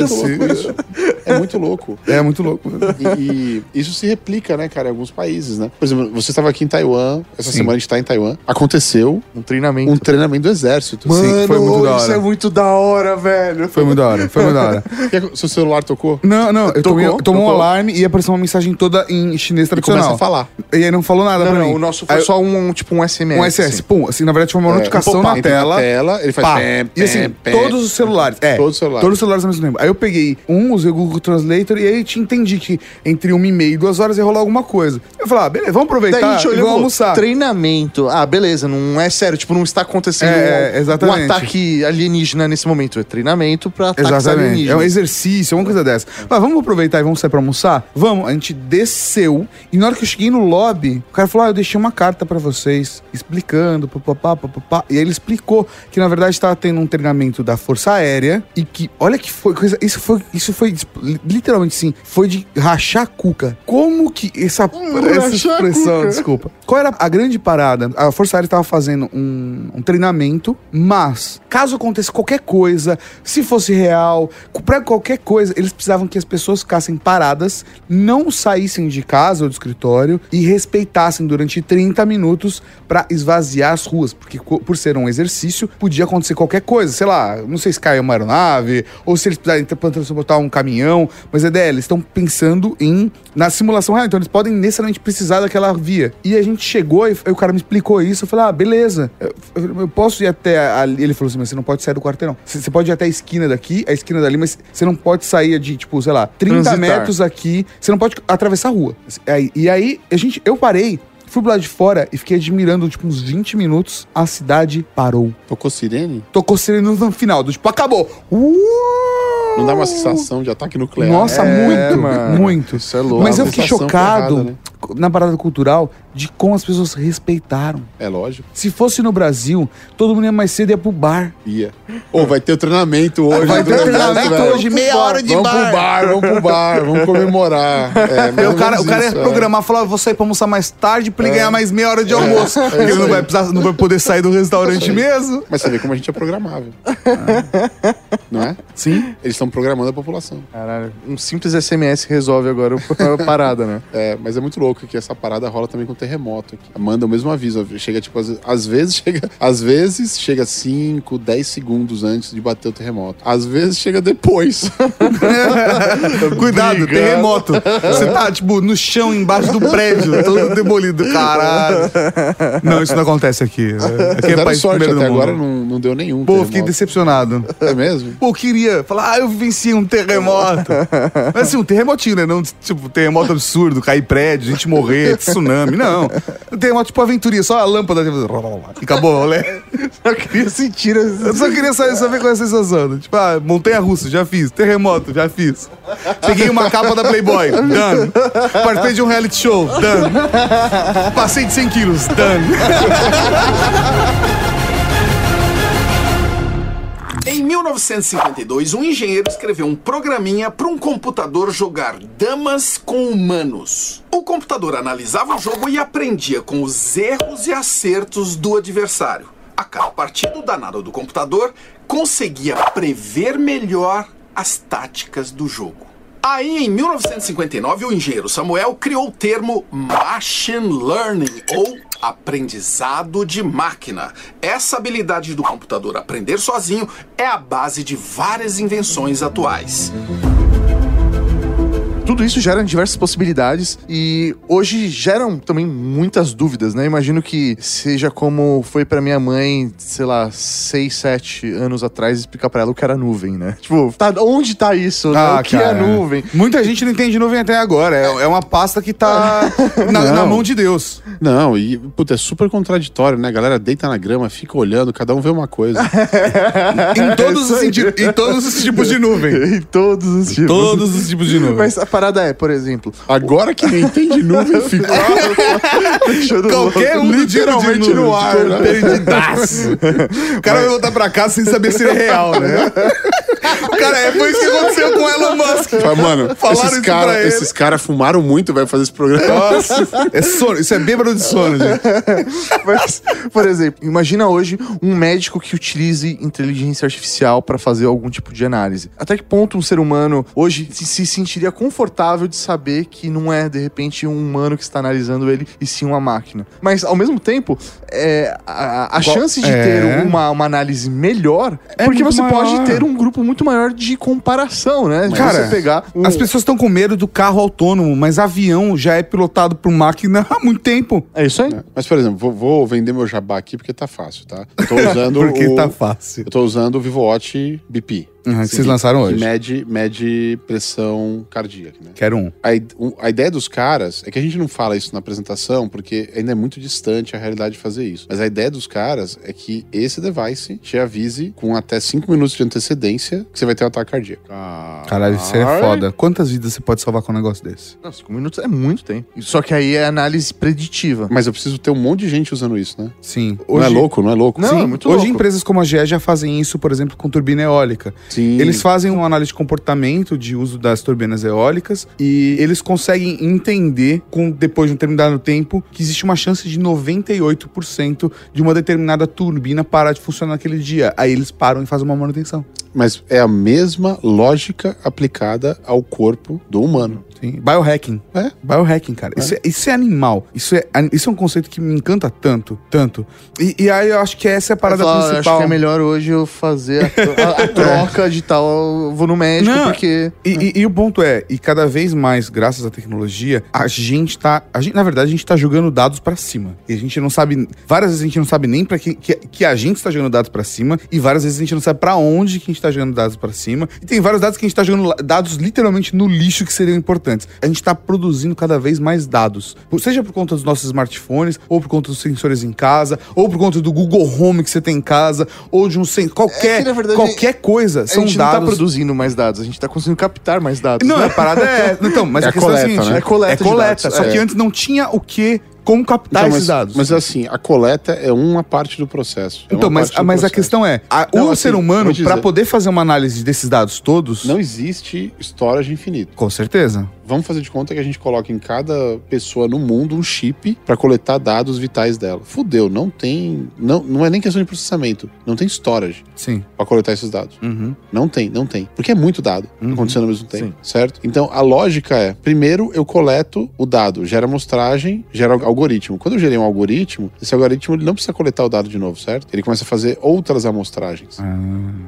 [SPEAKER 6] É muito louco.
[SPEAKER 1] É muito louco.
[SPEAKER 6] E, e isso se replica, né, cara, em alguns países, né? Por exemplo, você estava aqui em Taiwan, essa semana a gente tá em Taiwan, aconteceu
[SPEAKER 2] Um treinamento.
[SPEAKER 6] um treinamento do exército.
[SPEAKER 1] Sim, foi muito da
[SPEAKER 2] Isso
[SPEAKER 1] hora.
[SPEAKER 2] é muito da hora, velho.
[SPEAKER 1] Foi muito da hora, foi muito da hora.
[SPEAKER 6] Sim. Seu celular tocou?
[SPEAKER 1] Não, não, eu tomei, eu
[SPEAKER 2] Tocou?
[SPEAKER 1] tomei um
[SPEAKER 2] Tocou?
[SPEAKER 1] alarme e apareceu uma mensagem toda em chinês
[SPEAKER 6] E começa
[SPEAKER 1] tradicional.
[SPEAKER 6] a falar.
[SPEAKER 1] E aí não falou nada
[SPEAKER 2] Não,
[SPEAKER 1] pra
[SPEAKER 2] não,
[SPEAKER 1] mim.
[SPEAKER 2] o nosso foi
[SPEAKER 1] Aí,
[SPEAKER 2] só um, um, tipo, um SMS.
[SPEAKER 1] um SS,
[SPEAKER 2] assim.
[SPEAKER 1] pum, assim, na verdade foi uma notificação
[SPEAKER 6] pop-up.
[SPEAKER 1] na
[SPEAKER 6] Entra
[SPEAKER 1] tela.
[SPEAKER 6] tela, ele faz
[SPEAKER 1] Pá.
[SPEAKER 6] pem,
[SPEAKER 1] e assim,
[SPEAKER 6] pem, pem.
[SPEAKER 1] todos os celulares. É,
[SPEAKER 6] Todos os celulares.
[SPEAKER 1] Todos os celulares ao mesmo tempo. Aí eu peguei um, usei o Google Translator e aí eu te entendi que entre uma e meia e duas horas ia rolar alguma coisa. Eu falei, ah, beleza, vamos
[SPEAKER 2] Daí a
[SPEAKER 1] aproveitar
[SPEAKER 2] gente
[SPEAKER 1] e
[SPEAKER 2] olhou e
[SPEAKER 1] vamos
[SPEAKER 2] falou,
[SPEAKER 1] almoçar.
[SPEAKER 2] treinamento. Ah, beleza, não é sério. Tipo, não está acontecendo
[SPEAKER 1] É,
[SPEAKER 2] um-
[SPEAKER 1] exatamente.
[SPEAKER 2] um ataque alienígena nesse momento. É treinamento pra ataques
[SPEAKER 1] Exatamente. É um
[SPEAKER 2] alienígenas. É.
[SPEAKER 1] exercício, uma coisa dessa. Mas vamos aproveitar e vamos sair pra almoçar? Vamos. A gente desceu. E na hora que eu cheguei no lobby, o cara falou: Ah, eu deixei uma carta pra vocês, explicando, papapá, papapá. E aí ele explicou que, na verdade, tava tendo um treinamento da Força Aérea e que, olha que foi coisa. Isso foi, isso foi tipo, li- literalmente sim, foi de rachar a cuca. Como que essa, essa
[SPEAKER 2] rachar a
[SPEAKER 1] expressão,
[SPEAKER 2] cuca.
[SPEAKER 1] desculpa. Qual era a grande parada? A Força Aérea estava fazendo um, um treinamento, mas caso aconteça qualquer coisa, se fosse real, pra qualquer coisa, eles precisavam que as pessoas ficassem paradas, não saíssem de casa ou do escritório e respeitassem durante 30 minutos pra esvaziar as ruas, porque co- por ser um exercício exercício, podia acontecer qualquer coisa. Sei lá, não sei se caiu uma aeronave, ou se eles precisarem tra- pra transportar um caminhão. Mas a ideia é, eles estão pensando em na simulação real. Então eles podem necessariamente precisar daquela via. E a gente chegou e f- aí o cara me explicou isso. Eu falei, ah, beleza. Eu, eu- eu posso ir até ali. Ele falou assim, mas você não pode sair do quarteirão. Você você pode ir até a esquina daqui, a esquina dali, mas você não pode sair de, tipo, sei lá, 30
[SPEAKER 2] Transitar.
[SPEAKER 1] metros metros aqui, você não pode atravessar a rua. Aí- E aí, a gente, eu parei, fui pro lado de fora e fiquei admirando, tipo, uns 20 minutos, a cidade parou.
[SPEAKER 6] Tocou sirene?
[SPEAKER 1] Tocou sirene no final, do tipo, acabou. Uh!
[SPEAKER 6] Não dá uma sensação de ataque nuclear.
[SPEAKER 1] Nossa,
[SPEAKER 2] É,
[SPEAKER 1] muito,
[SPEAKER 2] mano.
[SPEAKER 1] muito.
[SPEAKER 6] Isso é louco.
[SPEAKER 1] Mas
[SPEAKER 6] É
[SPEAKER 1] eu
[SPEAKER 6] uma
[SPEAKER 1] fiquei
[SPEAKER 6] sensação
[SPEAKER 1] chocado
[SPEAKER 6] errada, né?
[SPEAKER 1] na parada cultural de como as pessoas respeitaram.
[SPEAKER 6] É lógico.
[SPEAKER 1] Se fosse no Brasil, todo mundo ia mais cedo e ia pro bar.
[SPEAKER 6] Ia. Ou vai ter o treinamento hoje.
[SPEAKER 1] Vai ter
[SPEAKER 6] do exército,
[SPEAKER 1] treinamento
[SPEAKER 6] velho.
[SPEAKER 1] hoje, meia hora de
[SPEAKER 6] vamos
[SPEAKER 1] bar.
[SPEAKER 6] Pro bar. Vamos pro bar, vamos comemorar. É, mais
[SPEAKER 1] Aí
[SPEAKER 6] ou
[SPEAKER 1] o cara,
[SPEAKER 6] menos
[SPEAKER 1] o cara ia
[SPEAKER 6] isso, é.
[SPEAKER 1] programar, falava, vou sair pra almoçar mais tarde pra ele ganhar mais meia hora de almoço. Porque ele
[SPEAKER 6] É isso
[SPEAKER 1] não
[SPEAKER 6] aí. É
[SPEAKER 1] vai, precisar, não vai poder sair do restaurante mesmo.
[SPEAKER 6] Mas você vê como a gente é programável. Não é?
[SPEAKER 1] Sim.
[SPEAKER 6] Eles estão programando a população.
[SPEAKER 2] Caralho, um simples SMS resolve agora a parada, né?
[SPEAKER 6] É, mas é muito louco que essa parada rola também com terremoto. aqui. Manda o mesmo aviso. Chega, tipo, às, às vezes chega. Às vezes chega 5, 10 segundos antes de bater o terremoto. Às vezes chega depois.
[SPEAKER 1] Cuidado, terremoto. Você tá, tipo, no chão embaixo do prédio, todo demolido. Caralho. Não, isso não acontece aqui. Aqui
[SPEAKER 6] Vocês
[SPEAKER 1] é
[SPEAKER 6] deram
[SPEAKER 1] país
[SPEAKER 6] sorte,
[SPEAKER 1] primeiro do
[SPEAKER 6] até
[SPEAKER 1] mundo.
[SPEAKER 6] agora não, não deu nenhum.
[SPEAKER 1] Pô, eu fiquei
[SPEAKER 6] terremoto.
[SPEAKER 1] decepcionado.
[SPEAKER 6] É mesmo?
[SPEAKER 1] Pô, eu queria falar, ah, eu vivenciei um terremoto. Mas assim, um terremotinho, né? Não, tipo, terremoto absurdo, cair prédio, gente morrer, tsunami. Não. Um terremoto tipo aventuria, só a lâmpada. tipo, E acabou, olé.
[SPEAKER 2] Eu queria sentir as...
[SPEAKER 1] Eu só queria saber, saber qual é a sensação. né? Tipo, ah, montanha russa, já fiz. Terremoto, já fiz. Peguei uma capa da Playboy, done. Participei de um reality show, done. Passei de 100 quilos, done.
[SPEAKER 10] Em 1952, um engenheiro escreveu um programinha para um computador jogar damas com humanos. O computador analisava o jogo e aprendia com os erros e acertos do adversário. A cada partida, o danado do computador conseguia prever melhor as táticas do jogo. Aí, em 1959, o engenheiro Samuel criou o termo Machine Learning, ou aprendizado de máquina. Essa habilidade do computador aprender sozinho é a base de várias invenções atuais.
[SPEAKER 2] Tudo isso gera diversas possibilidades e hoje geram também muitas dúvidas, né? Imagino que seja como foi pra minha mãe, sei lá, 6, 7 anos atrás, explicar pra ela o que era nuvem, né? Tipo, tá, onde tá isso? né? o que é nuvem?
[SPEAKER 1] Ah, Muita gente não entende nuvem até agora. É, é uma pasta que tá na, na mão de Deus.
[SPEAKER 6] Não, e, puta, é super contraditório, né? A galera deita na grama, fica olhando, cada um vê uma coisa.
[SPEAKER 2] É
[SPEAKER 1] Em todos, os, senti- em todos os tipos de nuvem.
[SPEAKER 2] em todos os tipos.
[SPEAKER 1] Todos os tipos de nuvem.
[SPEAKER 2] Tipo, Mas a parada é, por exemplo,
[SPEAKER 6] Agora que não entende nuvem, ficou
[SPEAKER 2] deixando
[SPEAKER 1] Qualquer um
[SPEAKER 6] Literalmente
[SPEAKER 1] literalmente
[SPEAKER 6] no
[SPEAKER 1] no
[SPEAKER 6] ar, né?
[SPEAKER 1] Perdidaço. O cara vai voltar pra casa sem saber se ele é real, né? Cara, é, foi isso que aconteceu com o Elon Musk.
[SPEAKER 6] Fala, mano,
[SPEAKER 1] Falaram
[SPEAKER 6] esses
[SPEAKER 1] isso
[SPEAKER 6] caras
[SPEAKER 1] pra ele.
[SPEAKER 6] esses cara fumaram muito, vai fazer esse programa.
[SPEAKER 1] Nossa, é sono, isso é bêbado de sono, gente.
[SPEAKER 2] Mas, por exemplo, imagina hoje um médico que utilize inteligência artificial para fazer algum tipo de análise. Até que ponto um ser humano hoje se, se sentiria confortável de saber que não é, de repente, um humano que está analisando ele e sim uma máquina? Mas, ao mesmo tempo, é, a, a chance de
[SPEAKER 1] é.
[SPEAKER 2] ter uma, uma análise melhor é porque
[SPEAKER 1] muito
[SPEAKER 2] você
[SPEAKER 1] maior.
[SPEAKER 2] pode ter um grupo muito maior de comparação, né? De
[SPEAKER 1] Cara,
[SPEAKER 2] você pegar um-
[SPEAKER 1] As pessoas estão com medo do carro autônomo, mas avião já é pilotado por máquina há muito tempo.
[SPEAKER 2] É isso aí?
[SPEAKER 6] Mas, por exemplo, vou, vou vender meu jabá aqui porque tá fácil, tá? Eu tô usando
[SPEAKER 1] Porque
[SPEAKER 6] o,
[SPEAKER 1] tá fácil.
[SPEAKER 6] Eu tô usando o VivoWatch BP.
[SPEAKER 1] Uhum, que vocês lançaram hoje.
[SPEAKER 6] Que mede, mede pressão cardíaca, né?
[SPEAKER 1] Quero um.
[SPEAKER 6] a, id- um- a ideia dos caras é que a gente não fala isso na apresentação porque ainda é muito distante a realidade de fazer isso. Mas a ideia dos caras é que esse device te avise com até 5 minutos de antecedência que você vai ter um ataque cardíaco.
[SPEAKER 1] Caralho, isso é foda. Quantas vidas você pode salvar com um negócio desse?
[SPEAKER 2] Não, cinco minutos é muito tempo. Só que aí é análise preditiva.
[SPEAKER 6] Mas eu preciso ter um monte de gente usando isso, né?
[SPEAKER 1] Sim.
[SPEAKER 6] Não é
[SPEAKER 1] Hoje-
[SPEAKER 6] louco, não é louco?
[SPEAKER 2] Não,
[SPEAKER 1] Sim,
[SPEAKER 2] é muito
[SPEAKER 1] hoje
[SPEAKER 2] louco.
[SPEAKER 1] empresas como a GE já fazem isso, por exemplo, com turbina eólica.
[SPEAKER 6] Sim.
[SPEAKER 1] Eles fazem uma análise de comportamento de uso das turbinas eólicas e eles conseguem entender, com, depois de um determinado tempo, que existe uma chance de 98% de uma determinada turbina parar de funcionar naquele dia. Aí eles param e fazem uma manutenção.
[SPEAKER 6] Mas é a mesma lógica aplicada ao corpo do humano.
[SPEAKER 1] Sim. Biohacking. É? Biohacking, cara. Isso, é, isso é animal. Isso é, isso é um conceito que me encanta tanto, tanto. E, e aí eu acho que essa é a parada
[SPEAKER 2] Fala, "Olha,
[SPEAKER 1] principal.
[SPEAKER 2] Acho que é melhor hoje eu fazer a, tro- a- a troca de tal. eu Vou no médico
[SPEAKER 1] Não.
[SPEAKER 2] porque.
[SPEAKER 1] E, e- e o ponto é, e cada vez mais, graças à tecnologia, a gente tá. A gente, na verdade, a gente tá jogando dados pra cima. E a gente não sabe. Várias vezes a gente não sabe nem para que, que, que a gente está jogando dados pra cima. E várias vezes a gente não sabe pra onde que a gente tá jogando dados pra cima. E tem vários dados que a gente tá jogando la- dados literalmente no lixo que seriam importantes. A gente tá produzindo cada vez mais dados. Por- Seja por conta dos nossos smartphones, ou por conta dos sensores em casa, ou por conta do Google Home que você tem em casa, ou de um sensor. Qualquer,
[SPEAKER 2] É que, na verdade,
[SPEAKER 1] qualquer coisa.
[SPEAKER 2] a
[SPEAKER 1] São
[SPEAKER 2] gente não tá
[SPEAKER 1] dados.
[SPEAKER 2] produzindo mais dados, a gente tá conseguindo captar mais dados.
[SPEAKER 1] Não,
[SPEAKER 2] né?
[SPEAKER 1] a parada é. Então, mas
[SPEAKER 6] É
[SPEAKER 1] a questão
[SPEAKER 6] coleta,
[SPEAKER 1] é a seguinte:
[SPEAKER 6] né?
[SPEAKER 2] É coleta de
[SPEAKER 1] coleta.
[SPEAKER 2] dados,
[SPEAKER 1] só
[SPEAKER 2] é.
[SPEAKER 1] que antes não tinha o que. Como captar
[SPEAKER 6] mas,
[SPEAKER 1] esses dados.
[SPEAKER 6] Mas assim, a coleta é uma parte do processo. É
[SPEAKER 1] então,
[SPEAKER 6] uma
[SPEAKER 1] mas,
[SPEAKER 6] parte do
[SPEAKER 1] mas a
[SPEAKER 6] processo.
[SPEAKER 1] questão é: a-
[SPEAKER 6] Não,
[SPEAKER 1] o
[SPEAKER 6] assim,
[SPEAKER 1] ser humano,
[SPEAKER 6] vou dizer-
[SPEAKER 1] pra poder fazer uma análise desses dados todos.
[SPEAKER 6] Não existe storage infinito.
[SPEAKER 1] Com certeza.
[SPEAKER 6] Vamos fazer de conta que a gente coloca em cada pessoa no mundo um chip pra coletar dados vitais dela. Fudeu, não tem. Não, não é nem questão de processamento. Não tem storage
[SPEAKER 1] Sim.
[SPEAKER 6] pra coletar esses dados.
[SPEAKER 1] Uhum.
[SPEAKER 6] Não tem, não tem. Porque é muito dado
[SPEAKER 1] Uhum.
[SPEAKER 6] acontecendo ao mesmo tempo, certo? Então a lógica é: primeiro eu coleto o dado, gera amostragem, gera al- algoritmo. Quando eu gerei um algoritmo, esse algoritmo ele não precisa coletar o dado de novo, certo? Ele começa a fazer outras amostragens.
[SPEAKER 1] Ah,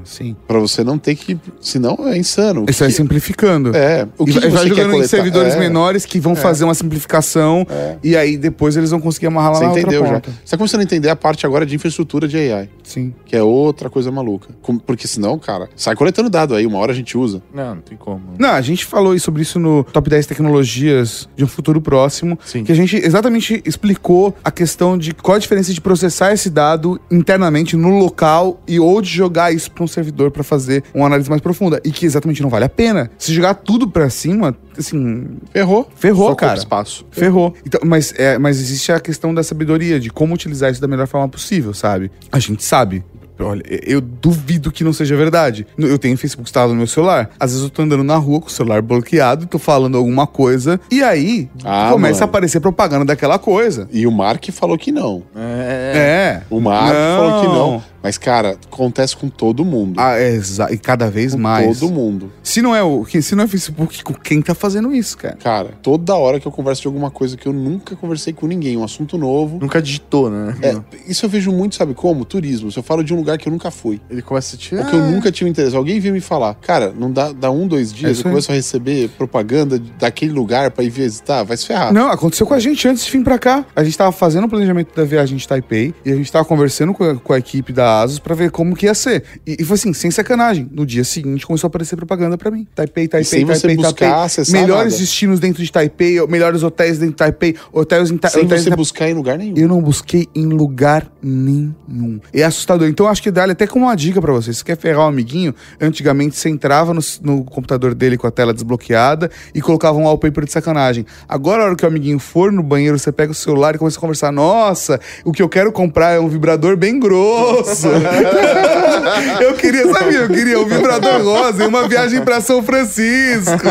[SPEAKER 1] sim.
[SPEAKER 6] Pra você não ter que. Senão é insano.
[SPEAKER 1] Isso aí simplificando.
[SPEAKER 6] É. O que,
[SPEAKER 1] e
[SPEAKER 6] que
[SPEAKER 1] vai, vai
[SPEAKER 6] você quer
[SPEAKER 1] jogando em
[SPEAKER 6] coletar?
[SPEAKER 1] servidores
[SPEAKER 6] É,
[SPEAKER 1] menores que vão fazer uma simplificação
[SPEAKER 6] É.
[SPEAKER 1] e aí depois eles vão conseguir amarrar lá
[SPEAKER 6] Você
[SPEAKER 1] na outra
[SPEAKER 6] entendeu já.
[SPEAKER 1] ponta.
[SPEAKER 6] Você tá começando a entender a parte agora de infraestrutura de AI,
[SPEAKER 1] Sim.
[SPEAKER 6] que é outra coisa maluca. Com- Porque senão, cara, sai coletando dado aí, uma hora a gente usa.
[SPEAKER 2] Não, não tem como.
[SPEAKER 1] Não, a gente falou sobre isso no Top 10 Tecnologias de um Futuro Próximo,
[SPEAKER 2] Sim.
[SPEAKER 1] que a gente exatamente explicou a questão de qual a diferença de processar esse dado internamente no local e ou de jogar isso para um servidor para fazer uma análise mais profunda. E que exatamente não vale a pena. Se jogar tudo para cima, assim,
[SPEAKER 6] Ferrou.
[SPEAKER 1] ferrou,
[SPEAKER 6] Só
[SPEAKER 1] cara.
[SPEAKER 6] com espaço.
[SPEAKER 1] Ferrou. Então, mas, é, mas existe a questão da sabedoria, de como utilizar isso da melhor forma possível, sabe? A gente sabe. Olha, eu duvido que não seja verdade. Eu tenho Facebook instalado no meu celular. Às vezes eu tô andando na rua com o celular bloqueado, tô falando alguma coisa, e aí
[SPEAKER 6] Ah,
[SPEAKER 1] começa a
[SPEAKER 6] mano.
[SPEAKER 1] aparecer propaganda daquela coisa.
[SPEAKER 6] E o Mark falou que não.
[SPEAKER 1] É.
[SPEAKER 6] O Mark
[SPEAKER 1] Não.
[SPEAKER 6] falou que não. Mas, cara, acontece com todo mundo.
[SPEAKER 1] Ah, é exa- e cada vez
[SPEAKER 6] com
[SPEAKER 1] mais.
[SPEAKER 6] todo mundo.
[SPEAKER 1] Se não é o que- se não é Facebook, com quem tá fazendo isso, cara?
[SPEAKER 6] Cara, toda hora que eu converso de alguma coisa que eu nunca conversei com ninguém, um assunto novo.
[SPEAKER 2] Nunca digitou, né?
[SPEAKER 6] É, isso eu vejo muito, sabe como? Turismo. Se eu falo de um lugar que eu nunca fui,
[SPEAKER 2] Ele começa a te. Ah,
[SPEAKER 6] ou que eu nunca tive interesse, alguém veio me falar, cara, não dá, dá um, dois
[SPEAKER 1] É
[SPEAKER 6] dias,
[SPEAKER 1] isso
[SPEAKER 6] eu começo a receber propaganda daquele lugar pra ir visitar, vai se ferrar.
[SPEAKER 1] Não, aconteceu com a gente antes de vir pra cá. A gente tava fazendo o planejamento da viagem de Taipei e a gente tava conversando com a, com a equipe da ASUS pra ver como que ia ser. E, e foi assim, sem sacanagem. No dia seguinte começou a aparecer propaganda pra mim. Taipei, Taipei,
[SPEAKER 6] sem
[SPEAKER 1] Taipei,
[SPEAKER 6] você buscar,
[SPEAKER 1] Taipei.
[SPEAKER 6] acessar
[SPEAKER 1] Melhores
[SPEAKER 6] nada.
[SPEAKER 1] destinos dentro de Taipei, melhores hotéis dentro de Taipei, hotéis em, Ta
[SPEAKER 6] Sem
[SPEAKER 1] hotéis em
[SPEAKER 6] você
[SPEAKER 1] Taipei.
[SPEAKER 6] buscar em lugar nenhum.
[SPEAKER 1] Eu não busquei em lugar nenhum. É assustador. Então eu acho que dá até como uma dica pra você. Se quer ferrar um amiguinho, antigamente você entrava no, no computador dele com a tela desbloqueada e colocava um wallpaper de sacanagem. Agora, a hora que o amiguinho for no banheiro, você pega o celular e começa a conversar. Nossa, o que eu quero comprar é um vibrador bem grosso. eu queria, sabe, eu queria um vibrador rosa e uma viagem pra São Francisco.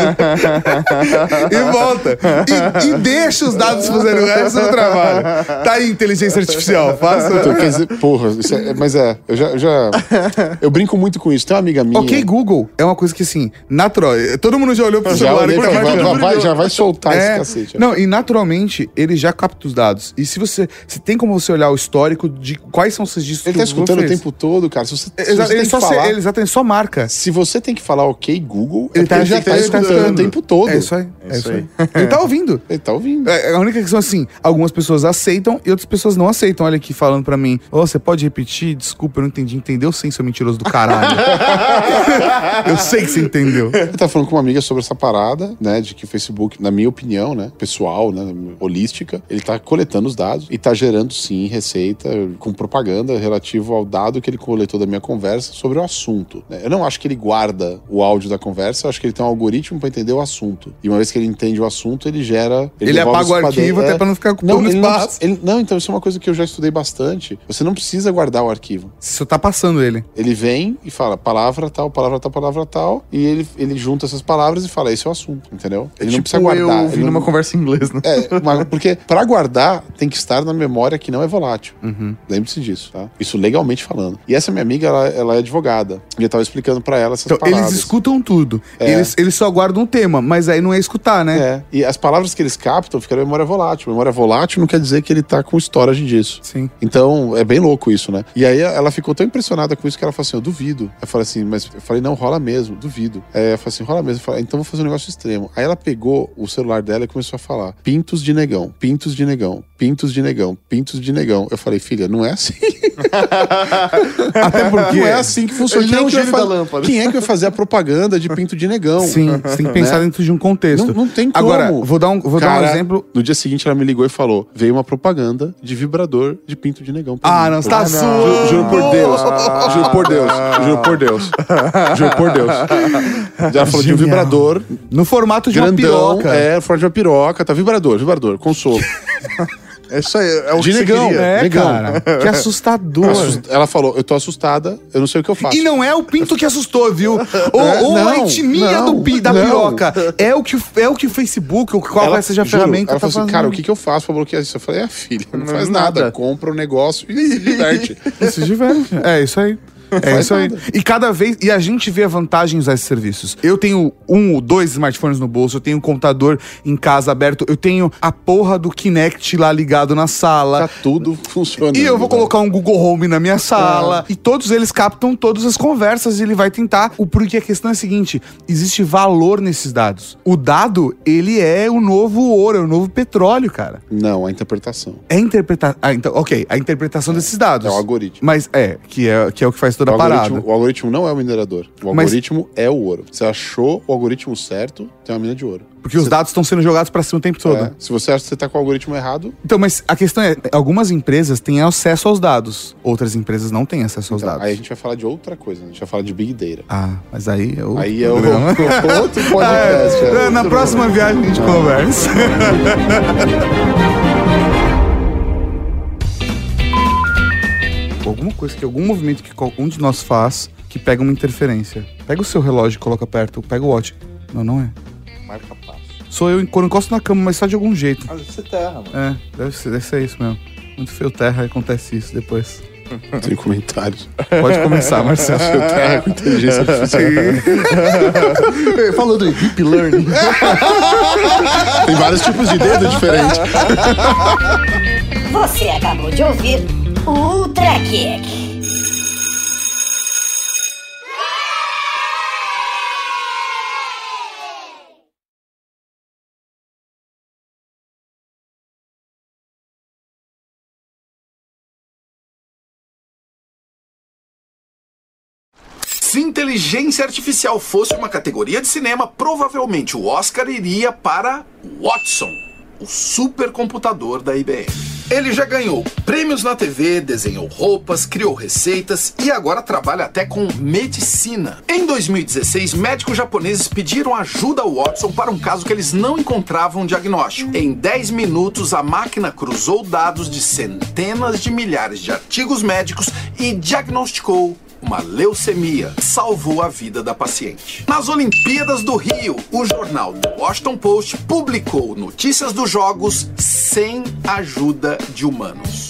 [SPEAKER 1] e volta. E, e deixa os dados fazerem o resto do trabalho. Tá aí, inteligência artificial,
[SPEAKER 6] Então,
[SPEAKER 1] faça.
[SPEAKER 6] quer dizer, porra, isso é- mas é, eu já, eu já- Eu brinco muito com isso. Tem uma amiga minha.
[SPEAKER 1] Ok, Google é uma coisa que, assim, natural. Todo mundo já olhou pro
[SPEAKER 6] já,
[SPEAKER 1] celular
[SPEAKER 6] olhei
[SPEAKER 1] e
[SPEAKER 6] pra-
[SPEAKER 1] falou,
[SPEAKER 6] vai,
[SPEAKER 1] "Mas que
[SPEAKER 6] vai- vai- já vai soltar
[SPEAKER 1] É,
[SPEAKER 6] esse cacete. né?"
[SPEAKER 1] Não, e naturalmente ele já capta os dados. E se você. Se tem como você olhar o histórico de quais são esses discos
[SPEAKER 6] Ele
[SPEAKER 1] que
[SPEAKER 6] tá
[SPEAKER 1] o Google
[SPEAKER 6] escutando o
[SPEAKER 1] fez.
[SPEAKER 6] tempo todo, cara. Se você, se
[SPEAKER 1] Exa- ele,
[SPEAKER 6] você tem que
[SPEAKER 1] só se-
[SPEAKER 6] falar,
[SPEAKER 1] ele exatamente só marca.
[SPEAKER 6] se você tem que falar ok, Google,
[SPEAKER 1] Ele
[SPEAKER 6] ele,
[SPEAKER 1] tá-
[SPEAKER 6] ele já
[SPEAKER 1] ele
[SPEAKER 6] tá,
[SPEAKER 1] tá
[SPEAKER 6] escutando,
[SPEAKER 1] escutando.
[SPEAKER 6] o tempo todo.
[SPEAKER 1] É isso aí. É,
[SPEAKER 2] isso
[SPEAKER 1] isso aí. Ele tá ouvindo.
[SPEAKER 6] Ele tá ouvindo.
[SPEAKER 1] É, A única questão é assim, algumas pessoas aceitam e outras pessoas não aceitam. Olha aqui falando pra mim, "Ô, você pode repetir? Desculpa, eu não entendi. Entendeu sim, seu mentiroso do caralho. eu sei que você entendeu.
[SPEAKER 6] Eu tava tá falando com uma amiga sobre essa parada, né? De que o Facebook, na minha opinião, né? Pessoal, né? Holística, ele tá coletando os dados e tá gerando, sim, receita com propaganda relativo ao dado que ele coletou da minha conversa sobre o assunto. né? Eu não acho que ele guarda o áudio da conversa, eu acho que ele tem um algoritmo pra entender o assunto. E uma vez que ele ele entende o assunto, ele gera.
[SPEAKER 1] Ele
[SPEAKER 6] devolve
[SPEAKER 1] apaga o
[SPEAKER 6] esses quadrinhos.
[SPEAKER 1] arquivo até pra não ficar ocupando
[SPEAKER 6] é. não, ele não
[SPEAKER 1] espaço.
[SPEAKER 6] precisa- ele- não, então isso é uma coisa que eu já estudei bastante. Você não precisa guardar o arquivo.
[SPEAKER 1] Você tá passando ele.
[SPEAKER 6] Ele vem e fala palavra tal, palavra tal, palavra tal, e ele, ele junta essas palavras e fala: esse é o assunto, entendeu? Ele
[SPEAKER 1] Tipo,
[SPEAKER 6] não precisa guardar.
[SPEAKER 2] Eu
[SPEAKER 6] ele
[SPEAKER 2] ouvi
[SPEAKER 6] não-
[SPEAKER 2] numa conversa em inglês, né?
[SPEAKER 6] É, mas porque pra guardar tem que estar na memória que não é volátil.
[SPEAKER 1] Uhum.
[SPEAKER 6] Lembre-se disso, tá? Isso legalmente falando. E essa minha amiga, ela, ela é advogada. E eu tava explicando pra ela essas
[SPEAKER 1] Então,
[SPEAKER 6] palavras.
[SPEAKER 1] eles escutam tudo. Eles, eles só guardam um tema, mas aí não é escutar, né?
[SPEAKER 6] É. E as palavras que eles captam ficam na memória volátil. Memória volátil não quer dizer que ele tá com storage disso.
[SPEAKER 1] Sim.
[SPEAKER 6] Então, é bem louco isso, né? E aí ela ficou tão impressionada com isso que ela falou assim: eu duvido. Eu falei assim, mas eu falei, não, rola mesmo, duvido. É, eu falei assim, rola mesmo. Eu falei, então vou fazer um negócio extremo. Aí ela pegou o celular dela e começou a falar: pintos de negão, pintos de negão, pintos de negão, pintos de negão. Eu falei, filha, não é assim.
[SPEAKER 1] Até porque.
[SPEAKER 6] Não é assim que funciona.
[SPEAKER 2] Ele não é o
[SPEAKER 6] que vai
[SPEAKER 2] gênio da
[SPEAKER 6] fazer-
[SPEAKER 2] lâmpada.
[SPEAKER 6] Quem é que vai fazer a propaganda de pinto de negão?
[SPEAKER 1] Sim, você tem que pensar
[SPEAKER 6] Né?
[SPEAKER 1] dentro de um contexto.
[SPEAKER 6] Não, não tem como.
[SPEAKER 1] Agora, vou dar um, vou dar um
[SPEAKER 6] Cara,
[SPEAKER 1] exemplo.
[SPEAKER 6] No dia seguinte, ela me ligou e falou: veio uma propaganda de vibrador de pinto de negão. pra
[SPEAKER 1] Ah,
[SPEAKER 6] mim."
[SPEAKER 1] não, você tá
[SPEAKER 6] Eu-
[SPEAKER 1] zoando.
[SPEAKER 6] Ju- Juro por Deus. Juro por Deus. Juro por Deus. Juro por Deus. Ela falou de
[SPEAKER 1] Genial.
[SPEAKER 6] um vibrador
[SPEAKER 1] No formato de uma
[SPEAKER 6] grandão.
[SPEAKER 1] piroca.
[SPEAKER 6] É, forma de uma piroca. Tá vibrador, vibrador, consolo.
[SPEAKER 2] É isso aí, é o
[SPEAKER 6] De
[SPEAKER 2] que você
[SPEAKER 6] negão,
[SPEAKER 2] queria.
[SPEAKER 6] né?
[SPEAKER 1] É,
[SPEAKER 6] Legal.
[SPEAKER 1] cara. Que assustador.
[SPEAKER 6] Assus- Ela falou: eu tô assustada, eu não sei o que eu faço.
[SPEAKER 1] E não é o pinto que assustou, viu? Ou,
[SPEAKER 6] É,
[SPEAKER 1] ou a
[SPEAKER 6] não,
[SPEAKER 1] etnia
[SPEAKER 6] não,
[SPEAKER 1] do pi, da
[SPEAKER 6] não.
[SPEAKER 1] piroca. É o que é o que o Facebook, ou qual
[SPEAKER 6] Ela-
[SPEAKER 1] vai seja a
[SPEAKER 6] juro,
[SPEAKER 1] ferramenta tá
[SPEAKER 6] Ela falou assim,
[SPEAKER 1] fazendo.
[SPEAKER 6] cara, o que, que eu faço pra bloquear isso? Eu falei, é, filha, não, faz
[SPEAKER 2] nada.
[SPEAKER 6] nada. Compra o negócio e se diverte.
[SPEAKER 1] Se diverte. É isso aí. É
[SPEAKER 6] faz
[SPEAKER 1] isso aí.
[SPEAKER 6] nada.
[SPEAKER 1] E cada vez. E a gente vê vantagens a esses serviços. Eu tenho um ou dois smartphones no bolso, eu tenho um computador em casa aberto, eu tenho a porra do Kinect lá ligado na sala.
[SPEAKER 6] tá tudo funcionando.
[SPEAKER 1] E eu vou
[SPEAKER 6] né?
[SPEAKER 1] colocar um Google Home na minha sala.
[SPEAKER 6] É.
[SPEAKER 1] E todos eles captam todas as conversas e ele vai tentar. O porque a questão é a seguinte: existe valor nesses dados. O dado, ele é o novo ouro, é o novo petróleo, cara.
[SPEAKER 6] Não, a interpretação.
[SPEAKER 1] É interpretar. Ah, então, ok, a interpretação desses dados.
[SPEAKER 6] É o algoritmo.
[SPEAKER 1] Mas é, que é, que é o que faz toda
[SPEAKER 6] O
[SPEAKER 1] a
[SPEAKER 6] algoritmo,
[SPEAKER 1] parada.
[SPEAKER 6] o algoritmo não é o minerador. O
[SPEAKER 1] Mas-
[SPEAKER 6] algoritmo é o ouro. Você achou o algoritmo certo, tem uma mina de ouro.
[SPEAKER 1] Porque os dados estão sendo jogados pra cima o tempo todo.
[SPEAKER 6] É, Se você acha que você tá com o algoritmo errado,
[SPEAKER 1] Então, mas a questão é: algumas empresas têm acesso aos dados, outras empresas não têm acesso aos dados.
[SPEAKER 6] Então, aí a gente vai falar de outra coisa. né? A gente vai falar de Big Data.
[SPEAKER 1] Ah, mas aí eu.
[SPEAKER 6] Aí é o, outro podcast. é
[SPEAKER 1] Na
[SPEAKER 6] outro-
[SPEAKER 1] próxima viagem a gente conversa. Alguma coisa que algum movimento que algum de nós faz que pega uma interferência. Pega o seu relógio e coloca perto, pega o watch. Não, não é.
[SPEAKER 2] Marca passo.
[SPEAKER 1] Sou eu quando encosto na cama, mas só de algum jeito.
[SPEAKER 2] Ah, você terra, mano.
[SPEAKER 1] É, deve ser, deve ser isso mesmo. Muito feio terra, acontece isso depois.
[SPEAKER 6] Tem comentários.
[SPEAKER 1] Pode começar, Marcelo.
[SPEAKER 6] Seu terra com É, inteligência artificial.
[SPEAKER 2] Falando em deep learning.
[SPEAKER 6] Tem vários tipos de dedo diferentes.
[SPEAKER 4] Você acabou de ouvir o Ultra Geek.
[SPEAKER 10] Se inteligência artificial fosse uma categoria de cinema, provavelmente o Oscar iria para Watson, o supercomputador da IBM. Ele já ganhou prêmios na TV, desenhou roupas, criou receitas e agora trabalha até com medicina. Em 2016, médicos japoneses pediram ajuda ao Watson para um caso que eles não encontravam diagnóstico. Em 10 minutos, a máquina cruzou dados de centenas de milhares de artigos médicos e diagnosticou uma leucemia salvou a vida da paciente. Nas Olimpíadas do Rio, o jornal The Washington Post publicou notícias dos jogos sem ajuda de humanos.